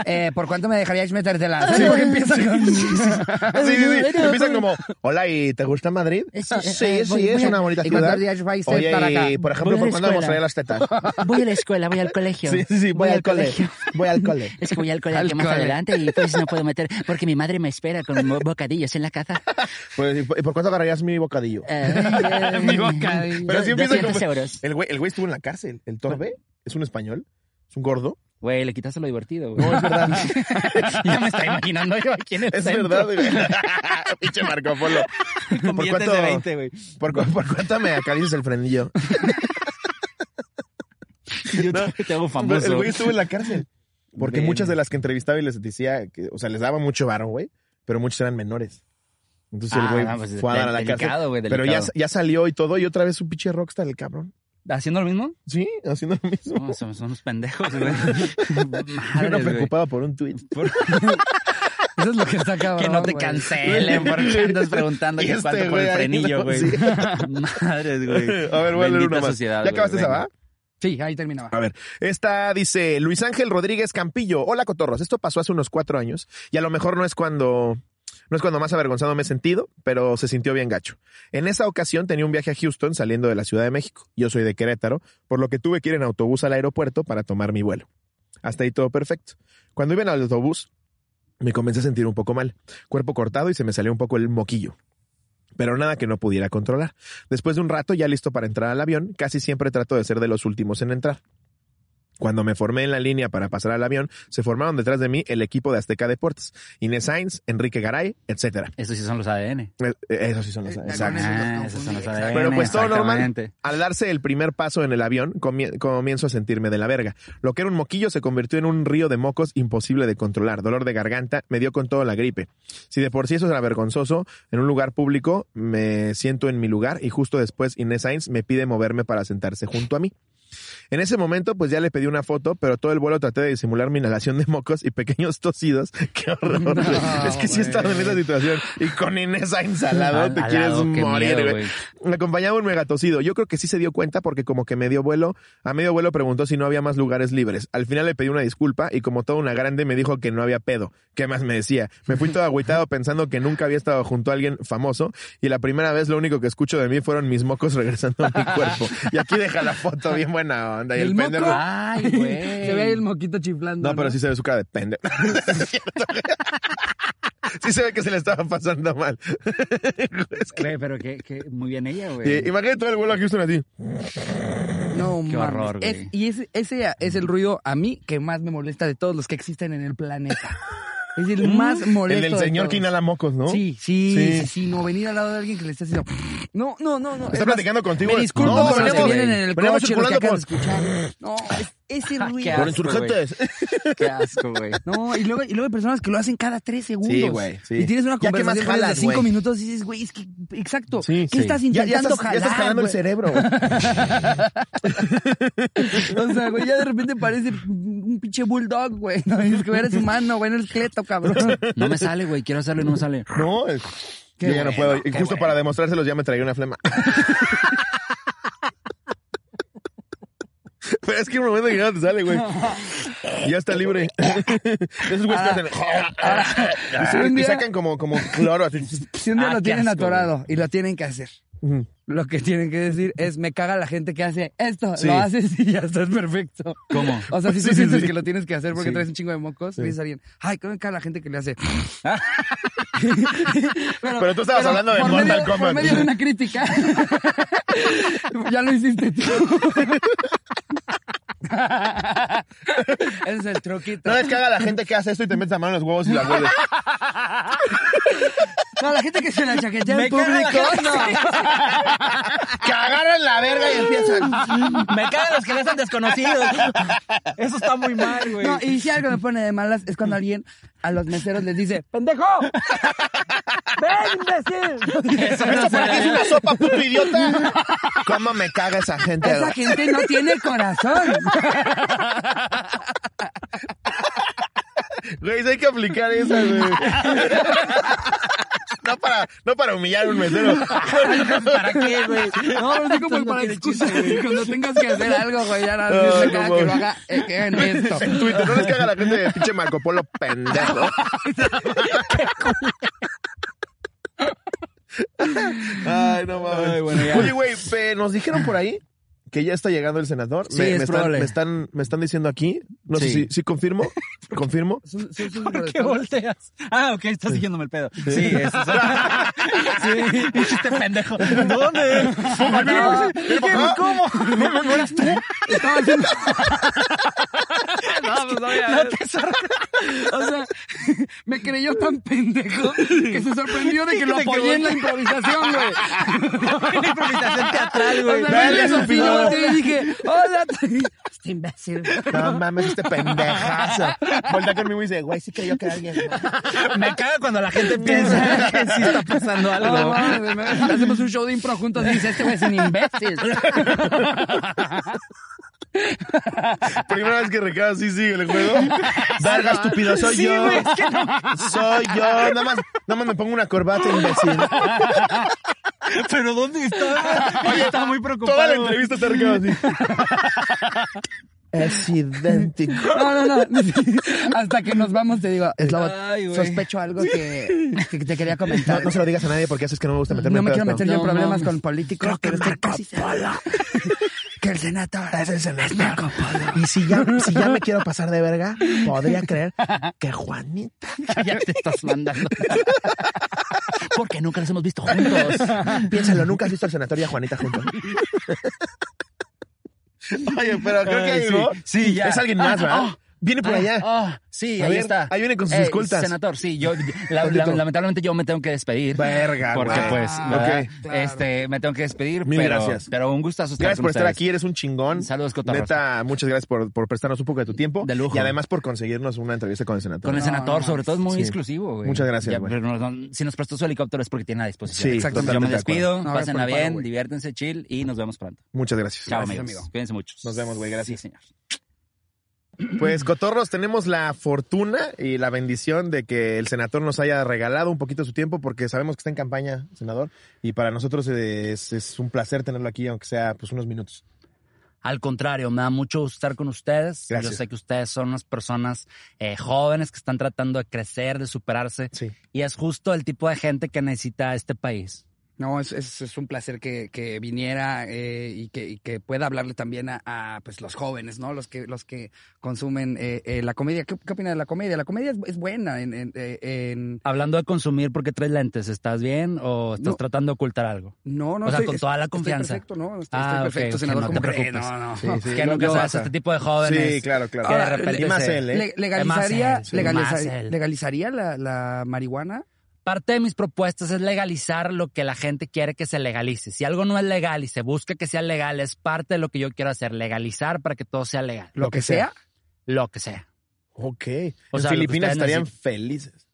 S1: Eh, ¿Por cuánto me dejaríais metértela? Sí, *laughs* porque empieza con...
S2: Sí, sí, sí. Empiezan como, hola, ¿y te gusta Madrid?
S1: Eso,
S2: sí,
S1: eh,
S2: sí,
S1: voy-
S2: es
S1: voy a-
S2: una bonita
S1: ¿y cuántos
S2: ciudad.
S1: días vais a ir
S2: Oye,
S1: para acá?
S2: y por ejemplo,
S5: Voy a
S2: ¿por
S5: la
S2: cuándo me
S5: escuela.
S2: mostraría las tetas?
S5: Voy a la escuela, voy al colegio.
S2: Sí, sí, sí, voy al cole, voy al cole.
S5: Es que voy al colegio
S1: Al
S5: más
S1: cole.
S5: adelante y pues no puedo meter porque mi madre me
S2: *laughs*
S5: espera con mo- bocadillos en la casa.
S2: Pues, ¿y por y por cuánto agarrarías mi bocadillo?
S5: Eh,
S1: Mi bocadillo.
S2: Pero sí
S5: do-
S2: empieza
S5: 200
S2: como-
S5: euros.
S2: El güey, el güey estuvo en la cárcel. El Torbe es un español, es un gordo.
S3: Güey, le quitaste lo divertido,
S2: *laughs*
S3: güey. No, es verdad. ya me está imaginando yo aquí en el
S2: Es
S3: centro.
S2: verdad, güey. *laughs* Pinche Marco Polo.
S3: Con
S2: ¿Por
S3: billetes
S2: cuánto?
S3: de 20, güey.
S2: ¿Por, cu- por cuánto me acaricias el frenillo?
S3: Yo te, te hago famoso.
S2: El güey estuvo en la cárcel. Porque
S3: Ven.
S2: muchas de las que entrevistaba y les decía, que, o sea, les daba mucho varo, güey, pero muchos eran menores. Entonces el
S3: Ah,
S2: güey
S3: no, pues,
S2: fue a dar a la
S3: delicado,
S2: cárcel.
S3: güey,
S2: pero ya,
S3: delicado.
S2: ya salió y todo, y otra vez un pinche rockstar, el cabrón.
S3: ¿Haciendo lo mismo?
S2: Sí, haciendo lo mismo. *laughs*
S3: No, son, son unos pendejos, güey.
S2: Yo no
S3: Madre, güey.
S2: preocupado por un tweet.
S3: Por-
S1: Eso es lo que está cabrón,
S3: Que no te
S1: güey.
S3: cancelen porque andas preguntando
S2: Y
S3: que
S2: este
S3: cuánto por
S2: güey
S3: el
S2: ahí,
S3: frenillo,
S2: ¿no?
S3: güey.
S2: Sí.
S3: *laughs* Madres,
S2: *laughs* A
S3: güey.
S2: ver, voy a leer
S3: Bendita
S2: una más.
S3: sociedad,
S2: ¿Ya
S3: güey,
S2: acabaste esa,
S3: venga.
S2: va?
S1: Sí, ahí terminaba.
S2: A ver, esta dice Luis Ángel Rodríguez Campillo. Hola, cotorros. Esto pasó hace unos cuatro años y a lo mejor no es cuando. No es cuando más avergonzado me he sentido, pero se sintió bien gacho. En esa ocasión tenía un viaje a Houston saliendo de la Ciudad de México. Yo soy de Querétaro, por lo que tuve que ir en autobús al aeropuerto para tomar mi vuelo. Hasta ahí todo perfecto. Cuando iba en el autobús, me comencé a sentir un poco mal. Cuerpo cortado y se me salió un poco el moquillo. Pero nada que no pudiera controlar. Después de un rato, ya listo para entrar al avión, casi siempre trato de ser de los últimos en entrar. Cuando me formé en la línea para pasar al avión, se formaron detrás de mí el equipo de Azteca Deportes, Inés Sainz, Enrique Garay, etcétera.
S3: Esos sí son los ADN.
S2: Eh, eh, Esos sí son los
S1: Eh,
S2: exacto.
S1: esos los
S3: Ah,
S1: confundí,
S3: esos son los
S1: exacto.
S3: ADN.
S2: Pero pues todo normal.
S3: exactamente.
S2: Al darse el primer paso en el avión, comie- comienzo a sentirme de la verga. Lo que era un moquillo se convirtió en un río de mocos imposible de controlar. Dolor de garganta, me dio con todo la gripe. Si de por sí eso era vergonzoso, en un lugar público me siento en mi lugar y justo después Inés Sainz me pide moverme para sentarse junto a mí. En ese momento, pues ya le pedí una foto, pero todo el vuelo traté de disimular mi inhalación de mocos y pequeños tosidos. *laughs* ¡Qué horror! es que sí he estado en esa situación. Y con Inés Sainz al lado
S3: Al-
S2: te
S3: al
S2: quieres
S3: lado, qué
S2: morir,
S3: miedo,
S2: güey. Me acompañaba un megatosido. Yo creo que sí se dio cuenta porque como que medio vuelo, a medio vuelo preguntó si no había más lugares libres. Al final le pedí una disculpa y como toda una grande me dijo que no había pedo. ¿Qué más me decía? Me fui todo agüitado pensando que nunca había estado junto a alguien famoso y la primera vez lo único que escucho de mí fueron mis mocos *laughs* regresando a mi cuerpo. Y aquí deja la foto bien buena onda. Y el,
S1: ¿El moco?
S2: pendejo...
S3: Ay, güey.
S1: Se ve ahí el moquito chiflando.
S2: No, pero sí se ve su cara de pendejo. *laughs* Es cierto. sí se ve que se le estaba pasando mal. *laughs*
S3: Güey, pero que, que muy bien ella,
S2: Y-
S3: güey.
S2: imagínate todo el vuelo a Houston así.
S1: No, mames.
S3: Qué horror, güey.
S1: Es- y ese, ese es el ruido a mí que más me molesta de todos los que existen en el planeta. Es el más
S2: El
S1: molesto.
S2: del
S1: de
S2: señor que
S1: todos.
S2: inhala mocos, ¿no?
S1: Sí, sí,
S2: Sí.
S1: sí, sí, no, venir al lado de alguien que le está haciendo. No, no, no, no.
S2: Está
S1: es más,
S2: platicando contigo. eh.
S1: Me disculpo
S2: No,
S1: con los que
S2: veníamos-
S1: vienen en el
S2: veníamos
S1: coche, los que acaban de
S2: circulando
S1: escuchar. No, es-
S2: *laughs*
S1: ese
S3: Ah, qué
S1: ruido.
S3: asco,
S1: *laughs*
S3: Qué asco, güey.
S1: No, y luego, y luego hay personas que lo hacen cada tres segundos.
S2: Sí, güey, sí.
S1: Y tienes una
S2: Ya que
S1: conversación con
S2: más
S1: ellos
S2: jalas,
S1: de cinco
S2: güey.
S1: minutos y dices, güey, es que, exacto,
S2: Sí,
S1: ¿qué
S2: sí.
S1: estás
S2: *laughs* Ya, ya,
S1: intentando
S2: estás,
S1: jalar?
S2: ya estás jalando el
S1: güey?
S2: cerebro.
S1: *laughs* O sea, güey, ya de repente parece un pinche bulldog, güey. No, es que eres humano, güey, en el esqueleto, cabrón.
S3: No me sale, güey. Quiero hacerlo y no me sale.
S2: no, es- yo ya
S1: bueno,
S2: no puedo. Y
S1: qué
S2: justo
S1: bueno.
S2: para demostrárselos ya me traía
S1: *laughs*
S2: una flema. Pero es que en un momento que ya no te sale,
S1: *laughs*
S2: güey. Ya está libre. Esos güeyes que *laughs*
S1: si Ah, un
S2: hacen. Y
S1: día-
S2: sacan como, como cloro así.
S1: Si un día
S3: Ah,
S1: lo
S3: qué
S1: tienen
S3: asco,
S1: atorado y lo tienen que hacer.
S2: Ujú.
S1: Lo que tienen que decir es, me caga la gente que hace esto.
S2: Sí.
S1: Lo haces y ya estás perfecto.
S3: ¿Cómo?
S1: O sea, si tú
S2: *laughs* Sí, sí,
S1: sientes
S2: sí.
S1: que lo tienes que hacer porque
S2: Sí.
S1: traes un chingo de mocos, dices a alguien, ay, ¿cómo me caga la gente que le hace?
S2: *laughs* Pero tú estabas hablando de
S1: por
S2: Mortal
S1: medio-
S2: Kombat.
S1: Por medio de una
S2: *laughs*
S1: crítica. ya lo hiciste tú. Ese es el truquito.
S2: No es que haga la gente que hace esto y te metes la mano en los huevos y la vuelves.
S1: No, la gente que se la chaquetea
S3: Me
S1: en
S3: caga la
S1: público.
S2: Que agarran la verga y
S1: *laughs*
S2: empiezan.
S3: Me cagan los que le hacen desconocidos. Eso está muy mal, güey.
S1: No, y si algo me pone de malas es *laughs* cuando alguien a los meseros les dice, ¡pendejo! ¡Ven, imbécil!
S3: Eso
S2: Esto
S3: no se
S2: por aquí es
S3: ve.
S2: una sopa, puto
S1: *laughs*
S2: idiota. ¿Cómo me caga esa gente?
S1: Esa gente no tiene corazón.
S2: *laughs* Güey, hay que aplicar esa, güey. No para para, no para humillar a un mesero.
S7: ¿Para qué, güey?
S1: *laughs* No, no sé cómo es
S7: no
S1: para
S7: tiene
S1: excusa.
S7: chiste, güey.
S1: Cuando tengas que hacer algo, güey, ya
S2: No,
S1: Ah, no dices
S2: no
S1: acá
S2: mames.
S1: que lo haga eh, que en esto.
S2: en Twitter, no les caga la gente de pinche Marco Polo pendejo. Ay, no mames.
S7: Ay, bueno, ya.
S2: Oye, güey, pe- nos dijeron por ahí que ya está llegando el senador.
S7: Sí,
S2: me,
S7: es
S2: me están,
S7: probable.
S2: me están, me están diciendo aquí. No sé
S7: Sí.
S2: si, si confirmo. confirmo.
S1: Son- *laughs* son- son
S7: ¿Por qué
S1: superestores.
S7: volteas? Ah, ok, estás siguiéndome el pedo. Sí, eso es. Sí, *laughs* un chiste pendejo. ¿Dónde? No,
S1: *laughs*
S7: ¿Qué? ¿Cómo? ¿No, no, eras tú?
S1: Estaba haciendo-
S7: No, pues no, te sorprendes.
S1: O sea, me creyó tan pendejo que se sorprendió de que lo
S7: De que
S1: apoyé en la
S7: volteé.
S1: improvisación, *laughs* güey.
S7: Una improvisación teatral,
S1: O
S7: güey.
S1: sea, me hizo así, yo
S7: no.
S1: volteé y dije, hola, *laughs* este imbécil.
S2: No mames, este pendejazo. Volta conmigo y dice, güey, sí creyó que era alguien.
S7: Me caga cuando la gente piensa que sí está *laughs* pasando algo.
S1: *laughs* No, mames, me- hacemos un show de impro juntos y dice, este güey es un *laughs* imbécil.
S2: Primera vez que Ricardo sí sigue el *laughs* juego. Verga, estúpido, soy yo. Soy yo. Nada más, nada más me pongo una corbata, imbécil.
S7: Pero ¿dónde está? Oye, estaba muy preocupado.
S2: Toda la entrevista está Ricardo así. Es idéntico.
S1: No, no, *laughs* no. Hasta que nos vamos te digo, Slobo,
S7: Ay, güey.
S1: sospecho algo que, que te quería
S2: No,
S1: comentar.
S2: no se lo digas a nadie porque eso es que no me gusta meterme
S1: No me
S2: en
S1: quiero
S2: pedos,
S1: meter yo en
S7: No,
S1: problemas
S7: mames.
S1: con políticos, pero estoy casi seguro *laughs* que el senador es el senador.
S2: Y si ya, si ya me quiero pasar de verga, podría creer que Juanita
S3: *laughs* Ya te estás mandando. Porque nunca los hemos visto juntos.
S2: Piénsalo, nunca has visto al senador y a Juanita juntos. *laughs* Oye, pero creo que
S7: Ay,
S2: hay
S7: sí.
S2: uno.
S7: Sí, ya.
S2: Es alguien más, ¿verdad?
S3: ah.
S2: Viene por allá.
S3: Ah, sí,
S2: A
S3: ahí
S2: ver,
S3: está.
S2: ahí viene con sus escoltas.
S3: Senador, sí, yo la- la-
S2: Maldito.
S3: lamentablemente yo me tengo que despedir.
S2: Verga,
S3: Porque
S2: güey.
S3: pues,
S2: Ah,
S3: ¿verdad?
S2: ok.
S3: este, me tengo que despedir,
S2: Mil
S3: pero,
S2: gracias.
S3: pero un gustazo estar
S2: Gracias
S3: con
S2: por estar
S3: ustedes.
S2: aquí, eres un chingón.
S3: Saludos, cotorros.
S2: Neta, muchas gracias por, por prestarnos un poco de tu tiempo.
S3: De lujo.
S2: Y además por conseguirnos una entrevista con el senador.
S3: Con el senador, sobre todo es muy
S2: Sí.
S3: exclusivo, güey.
S2: Muchas gracias,
S3: Ya,
S2: güey.
S3: pero no- no, si nos prestó su helicóptero es porque tiene a disposición.
S2: Sí,
S3: Exacto. Yo me
S2: totalmente de
S3: despido,
S1: acuerdo. No, gracias por
S3: pásenla
S1: el paro,
S3: bien,
S1: güey.
S3: diviértanse, chill y nos vemos pronto.
S2: Muchas gracias.
S3: Chao,
S1: Gracias,
S3: amigos.
S1: amigo.
S3: Cuídense mucho.
S2: Nos vemos, güey. Gracias.
S3: Sí, señor.
S2: Pues, cotorros, tenemos la fortuna y la bendición de que el senador nos haya regalado un poquito de su tiempo porque sabemos que está en campaña, senador. Y para nosotros es, es un placer tenerlo aquí, aunque sea pues unos minutos.
S3: Al contrario, me da mucho gusto estar con ustedes.
S2: Gracias.
S3: Yo sé que ustedes son unas personas eh, jóvenes que están tratando de crecer, de superarse.
S2: Sí.
S3: Y es justo el tipo de gente que necesita este país.
S1: No, es, es, es un placer que, que viniera eh, y, que, y que pueda hablarle también a, a, pues, los jóvenes, ¿no? Los que, los que consumen eh, eh, la comedia. ¿Qué, qué opina de la comedia? La comedia es, es buena en, en- eh, en-
S3: Hablando de consumir, ¿por qué traes lentes? ¿Estás bien o estás
S1: No.
S3: tratando de ocultar algo?
S1: No, no
S3: O sea,
S1: estoy-
S3: con toda la
S1: estoy
S3: confianza.
S1: perfecto, ¿no? Estoy,
S3: Ah,
S1: estoy
S3: ok,
S1: perfecto,
S3: ok,
S1: senador.
S3: no te
S1: ¿cómo cree?
S3: preocupes.
S1: No, no.
S2: Sí, sí.
S3: Es que nunca
S2: Yo-
S3: sabes este tipo de jóvenes.
S2: Sí, claro, claro.
S3: Que de
S1: Ahora,
S3: repente
S2: y más
S3: se-
S2: él, ¿eh?
S1: Le-
S3: Es
S1: legalizaría,
S3: más él, sí.
S1: legaliza-
S3: Más él.
S1: legalizaría la, la marihuana.
S3: Parte de mis propuestas es legalizar lo que la gente quiere que se legalice. Si algo no es legal y se busca que sea legal, es parte de lo que yo quiero hacer, legalizar para que todo sea legal,
S1: Lo, que, sea.
S3: lo que sea.
S2: Ok.
S3: O
S2: en
S3: sea, lo que ustedes
S2: Filipinas estarían felices.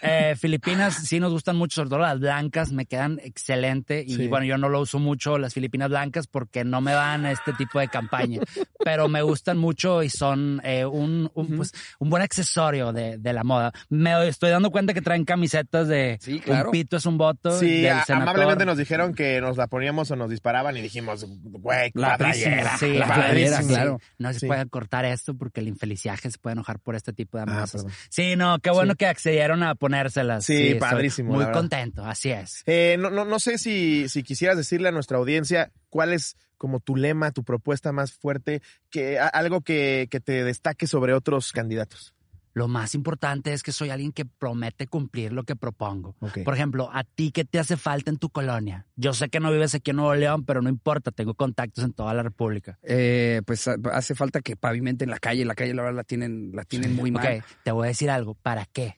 S3: Eh, Filipinas sí nos gustan mucho, sobre todo las blancas, me quedan excelente. Y
S2: Sí.
S3: bueno, yo no lo uso mucho las Filipinas blancas porque no me van a este tipo de campaña, pero me gustan mucho y son eh, un, un, pues, un buen accesorio de, de la moda. Me estoy dando cuenta que traen camisetas de
S1: Sí, claro.
S3: un pito es un voto.
S2: Sí,
S3: del
S2: a-
S3: senador.
S2: amablemente nos dijeron que nos la poníamos o nos disparaban y dijimos, güey,
S3: La
S2: cuadrillera.
S3: playera, sí,
S1: la
S3: la
S1: playera,
S3: playera, sí.
S1: claro.
S3: No se
S2: Sí. Ah,
S3: puede cortar esto porque el infeliciaje se puede enojar por este tipo de amenazas.
S2: perdón.
S3: sí, no, qué bueno que accedieron a ponérselas.
S2: Sí,
S3: estoy
S2: padrísimo, la
S3: Muy
S2: verdad.
S3: contento, así es.
S2: Eh, no, no, no sé si, si quisieras decirle a nuestra audiencia cuál es como tu lema, tu propuesta más fuerte, que a- algo que, que te destaque sobre otros candidatos.
S3: Lo más importante es que soy alguien que promete cumplir lo que propongo.
S2: Ok.
S3: Por ejemplo, ¿a ti qué te hace falta en tu colonia? Yo sé que no vives aquí en Nuevo León, pero no importa, tengo contactos en toda la República.
S1: Eh, pues a- hace falta que pavimenten la calle. La calle, la verdad, la tienen, la tienen muy
S3: Ok,
S1: mal.
S3: te voy a decir algo, ¿para qué?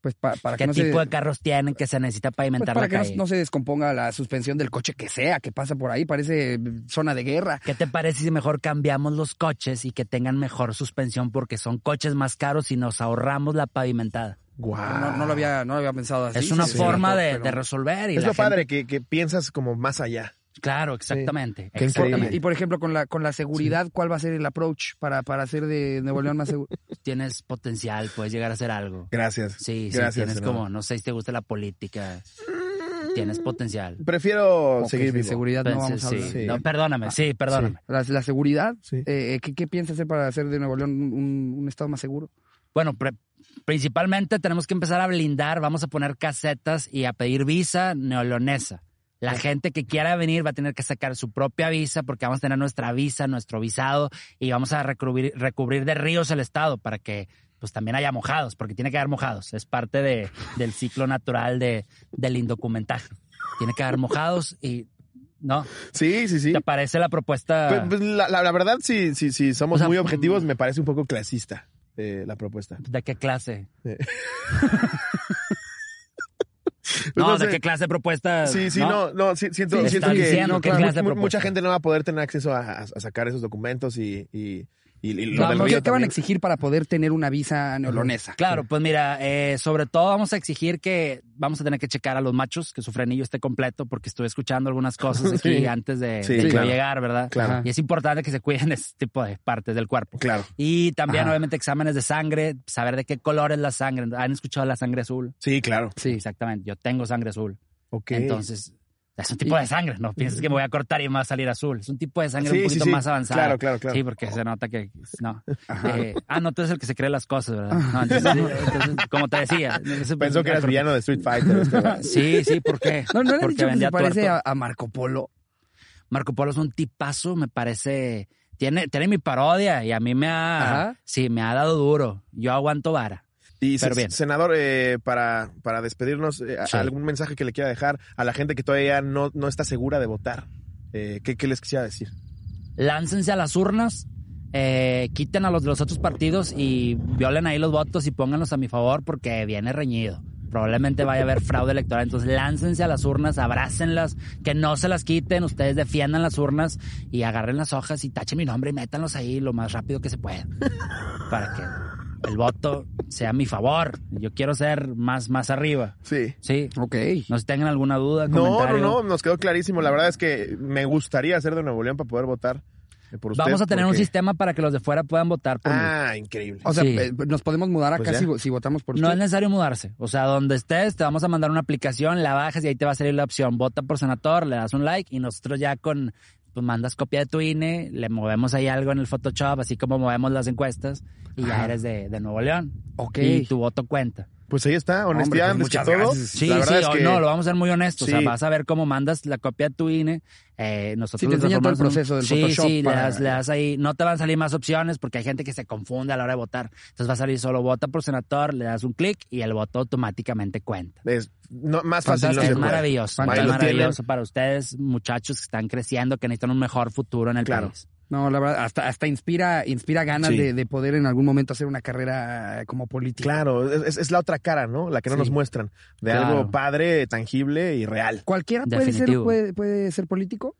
S1: Pues pa- para que
S3: ¿Qué
S1: no se,
S3: tipo de carros tienen que se necesita
S1: pues,
S3: pavimentar
S1: para que
S3: la
S1: no-
S3: calle?
S1: no se descomponga la suspensión del coche que sea que pasa por ahí. Parece zona de guerra.
S3: ¿Qué te parece si mejor cambiamos los coches y que tengan mejor suspensión porque son coches más caros y nos ahorramos la pavimentada?
S2: Guau.
S1: No, no lo había, no lo había pensado así.
S3: es una
S1: Ah, sí, sí,
S3: forma
S1: pero-
S3: de,
S1: pero-
S3: de resolver. Y
S2: Es
S3: la
S2: lo
S3: gente-
S2: padre, que, que piensas como más allá.
S3: Claro, exactamente.
S2: Qué
S3: exactamente.
S2: increíble.
S1: Y por ejemplo, con la, con la seguridad, ¿cuál va a ser el approach para, para hacer de Nuevo León más
S3: *laughs*
S1: seguro?
S3: Tienes potencial, puedes llegar a hacer algo.
S2: Gracias.
S3: Sí, sí,
S2: Gracias,
S3: tienes
S2: senador.
S3: como, no sé si te gusta la política. tienes potencial.
S2: Prefiero
S1: Ok,
S2: seguir
S1: de
S2: vivo.
S1: seguridad no
S3: Entonces,
S1: vamos a hablar. Ah,
S3: sí. No, perdóname, sí, perdóname.
S1: La, la seguridad,
S2: Sí.
S1: eh, ¿qué, ¿qué piensa hacer para hacer de Nuevo León un- un, un estado más seguro?
S3: Bueno, pre- principalmente tenemos que empezar a blindar, vamos a poner casetas y a pedir visa neolonesa. La gente que quiera venir va a tener que sacar su propia visa porque vamos a tener nuestra visa, nuestro visado y vamos a recubrir, recubrir de ríos el estado para que pues también haya mojados, porque tiene que haber mojados. Es parte de- del ciclo natural de, del indocumentaje. Tiene que haber mojados y no,
S2: Sí, sí, sí.
S3: ¿te parece la propuesta?
S2: Pues- pues la, la- la verdad, si sí, sí,
S3: ah.
S2: somos
S3: O sea, mm.
S2: muy objetivos, me parece un poco clasista eh, la propuesta.
S3: ¿De qué clase?
S2: Pues
S3: No,
S2: no
S3: ¿de
S2: sé.
S3: qué clase de propuesta?
S2: Sí, sí, no, no, sí, siento,
S3: Sí,
S2: siento
S3: está
S2: que
S3: diciendo que
S2: mu-
S3: clase de
S2: mu- mucha
S3: propuesta.
S2: gente no va a poder tener acceso a, a- a sacar esos documentos y, y, y- y lo del
S1: Vamos,
S2: río
S1: ¿Qué van a
S2: también.
S1: exigir para poder tener una visa neolonesa?
S3: Claro, pues mira, eh, sobre todo vamos a exigir que vamos a tener que checar a los machos, que su frenillo esté completo, porque estuve escuchando algunas cosas
S2: *laughs*
S3: aquí
S2: Sí.
S3: antes de,
S2: Sí,
S3: de yo
S2: claro.
S3: llegar, ¿verdad?
S2: Claro.
S3: Y es importante que se cuiden *laughs* de ese tipo de partes del cuerpo.
S2: Claro.
S3: Y también,
S1: Ajá.
S3: obviamente, exámenes de sangre, saber de qué color es la sangre. ¿Han escuchado la sangre azul?
S2: Sí, claro.
S3: Sí. Exactamente, yo tengo sangre azul.
S2: Ok.
S3: Entonces, es un tipo de sangre, no pienses que me voy a cortar y me va a salir azul. Es un tipo de sangre
S2: Sí,
S3: un
S2: sí,
S3: poquito
S2: sí.
S3: más avanzada.
S2: Claro, claro, claro.
S3: Sí, porque se nota que no. Eh, ah, no, tú eres el que se cree las cosas, ¿verdad?
S1: Ah.
S3: No, entonces, sí, entonces, como
S1: *laughs*
S3: te decía. entonces,
S2: Pensó que eras
S3: acordé.
S2: villano
S3: *laughs*
S2: de Street Fighter. este, ¿verdad?
S3: Sí, sí, ¿por qué?
S1: No, no le han
S3: Porque
S1: dicho que
S3: vendía
S1: se parece
S3: tuerto.
S1: a, a Marco Polo.
S3: Marco Polo es un tipazo, me parece. Tiene, tiene mi parodia y a mí me ha.
S1: Ajá.
S3: Sí, me ha dado duro. Yo aguanto vara.
S2: Y
S3: Pero
S2: se-
S3: bien.
S2: senador, eh, para, para despedirnos, eh, a-
S3: Sí.
S2: algún mensaje que le quiera dejar a la gente que todavía no, no está segura de votar. Eh, ¿qué, qué les quisiera decir?
S3: Láncense a las urnas, eh, quiten a los de los otros partidos y violen ahí los votos y pónganlos a mi favor porque viene reñido. Probablemente vaya a haber fraude electoral. Entonces, láncense a las urnas, abrácenlas, que no se las quiten. Ustedes defiendan las urnas y agarren las hojas y tachen mi nombre y métanlos ahí lo más rápido que se pueda. Para que el voto sea a mi favor. Yo quiero ser más, más arriba.
S2: Sí.
S3: Sí.
S1: Ok.
S3: No sé si tengan alguna duda,
S2: No, no,
S3: comentario.
S2: no, nos quedó clarísimo. La verdad es que me gustaría ser de Nuevo León para poder votar eh, por usted.
S3: Vamos a tener un
S2: porque-
S3: sistema para que los de fuera puedan votar por mí.
S2: Ah, increíble.
S1: O sea,
S3: Sí.
S1: eh, nos podemos mudar acá
S2: Pues ya.
S1: si, vo- si votamos por
S3: No es
S1: usted.
S3: necesario mudarse. O sea, donde estés, te vamos a mandar una aplicación, la bajas y ahí te va a salir la opción. Vota por senador, le das un like y nosotros ya con, pues mandas copia de tu INE, le movemos ahí algo en el Photoshop, así como movemos las encuestas y ya
S1: Ajá.
S3: eres de, de Nuevo León.
S1: Ok.
S3: Y tu voto cuenta.
S2: Pues ahí está, honestidad
S1: Hombre, pues muchas
S2: antes que todo.
S1: gracias.
S3: Sí,
S2: La
S3: sí,
S2: verdad es
S3: o-
S2: que-
S3: no, lo vamos a ser muy honestos. O
S2: Sí.
S3: sea, vas a ver cómo mandas la copia de tu INE. Eh, nosotros
S1: Sí, te
S3: los
S1: enseña todo el
S3: reformamos en-
S1: proceso del
S3: sí,
S1: Photoshop
S3: Sí,
S1: para-
S3: le, das, le das ahí. No te van a salir más opciones porque hay gente que se confunde a la hora de votar. Entonces va a salir solo vota por senador, le das un clic y el voto automáticamente cuenta.
S2: Es no- más fácil.
S1: Fantástico.
S2: no
S3: es
S2: se puede.
S3: maravilloso,
S2: Ahí
S3: es
S2: lo tienen.
S3: maravilloso para ustedes, muchachos que están creciendo, que necesitan un mejor futuro en el
S2: Claro.
S3: país.
S1: No, la verdad, hasta, hasta inspira, inspira ganas
S2: Sí.
S1: de, de poder en algún momento hacer una carrera eh, como política.
S2: Claro, es, es- es la otra cara, ¿no? La que no
S3: Sí.
S2: nos muestran. De
S3: Claro.
S2: algo padre, tangible y real.
S1: ¿Cualquiera puede ser,
S3: Definitivo.
S1: puede, puede ser político?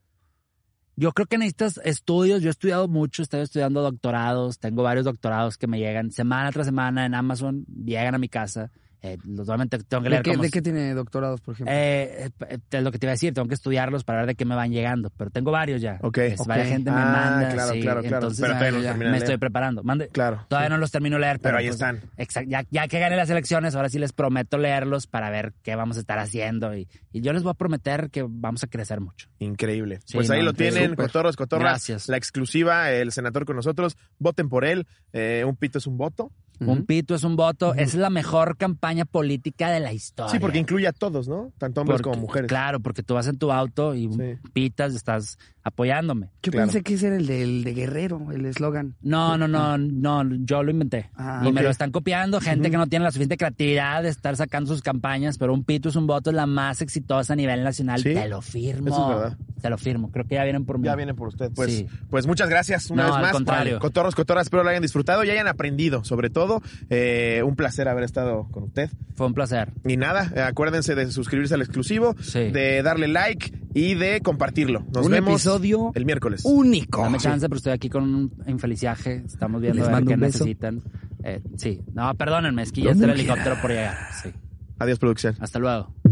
S3: Yo creo que necesitas estudios. Yo he estudiado mucho, estoy estudiando doctorados. Tengo varios doctorados que me llegan semana tras semana en Amazon. Llegan a mi casa. Eh, los- obviamente tengo que
S1: ¿De
S3: leer
S1: qué,
S3: como-
S1: de qué tiene doctorados, por ejemplo?
S3: Eh, eh, es lo que te iba a decir, tengo que estudiarlos para ver de qué me van llegando, pero tengo varios ya.
S2: Ok.
S3: Es-
S1: Ok.
S3: Varias gente me
S2: Ah,
S3: manda.
S2: claro,
S3: sí,
S2: claro, claro.
S3: Entonces
S2: Pero todavía no
S3: ya,
S2: terminan
S3: me
S2: de leer.
S3: estoy preparando. Mande.
S2: Claro.
S3: Todavía no los termino de leer, pero,
S2: Pero ahí
S3: pues,
S2: están.
S3: Exacto. Ya, ya que gané las elecciones, ahora sí les prometo leerlos para ver qué vamos a estar haciendo. Y, y yo les voy a prometer que vamos a crecer mucho.
S2: Increíble.
S3: Sí,
S2: pues ahí
S3: no,
S2: lo
S3: increíble.
S2: tienen,
S1: Súper.
S2: cotorros, cotorras.
S3: Gracias.
S2: La exclusiva, el senador con nosotros. Voten por él. Eh, un pito es un voto.
S3: Un pito es un voto. Es la mejor campaña política de la historia.
S2: Sí, porque incluye a todos, ¿no? Tanto hombres
S3: Ah, Porque-
S2: como mujeres.
S3: Claro, porque tú vas en tu auto y
S2: Sí.
S3: pitas, estás apoyándome.
S1: Yo
S2: claro.
S1: pensé que ese era el de, el de Guerrero, el eslogan.
S3: No, no, no, no, yo lo inventé.
S1: Ah,
S3: y me
S2: ok.
S3: lo están copiando gente que no tiene la suficiente creatividad de estar sacando sus campañas, pero un pito es un voto es la más exitosa a nivel nacional.
S2: Sí,
S3: Te lo firmo.
S2: eso es verdad.
S3: Te lo firmo. Creo que ya vienen por mí.
S2: Ya viene por usted. Pues,
S3: Sí.
S2: pues muchas gracias una
S3: No,
S2: vez
S3: al
S2: más.
S3: contrario.
S2: Cotorros, cotorras, espero lo hayan disfrutado y hayan aprendido. Sobre todo, eh, un placer haber estado con usted.
S3: Fue un placer.
S2: Y nada, eh, acuérdense de suscribirse al exclusivo,
S3: Sí.
S2: de darle like y de compartirlo. Nos
S1: un
S2: vemos
S1: episodio
S2: el miércoles.
S1: único.
S3: Dame chance, pero estoy aquí con un infelizaje. Estamos viendo
S1: Les
S3: a ver
S1: mando
S3: qué
S1: un beso.
S3: necesitan. Eh, sí. No, perdónenme, es que ya está el helicóptero por llegar. Sí.
S2: Adiós, producción.
S3: Hasta luego.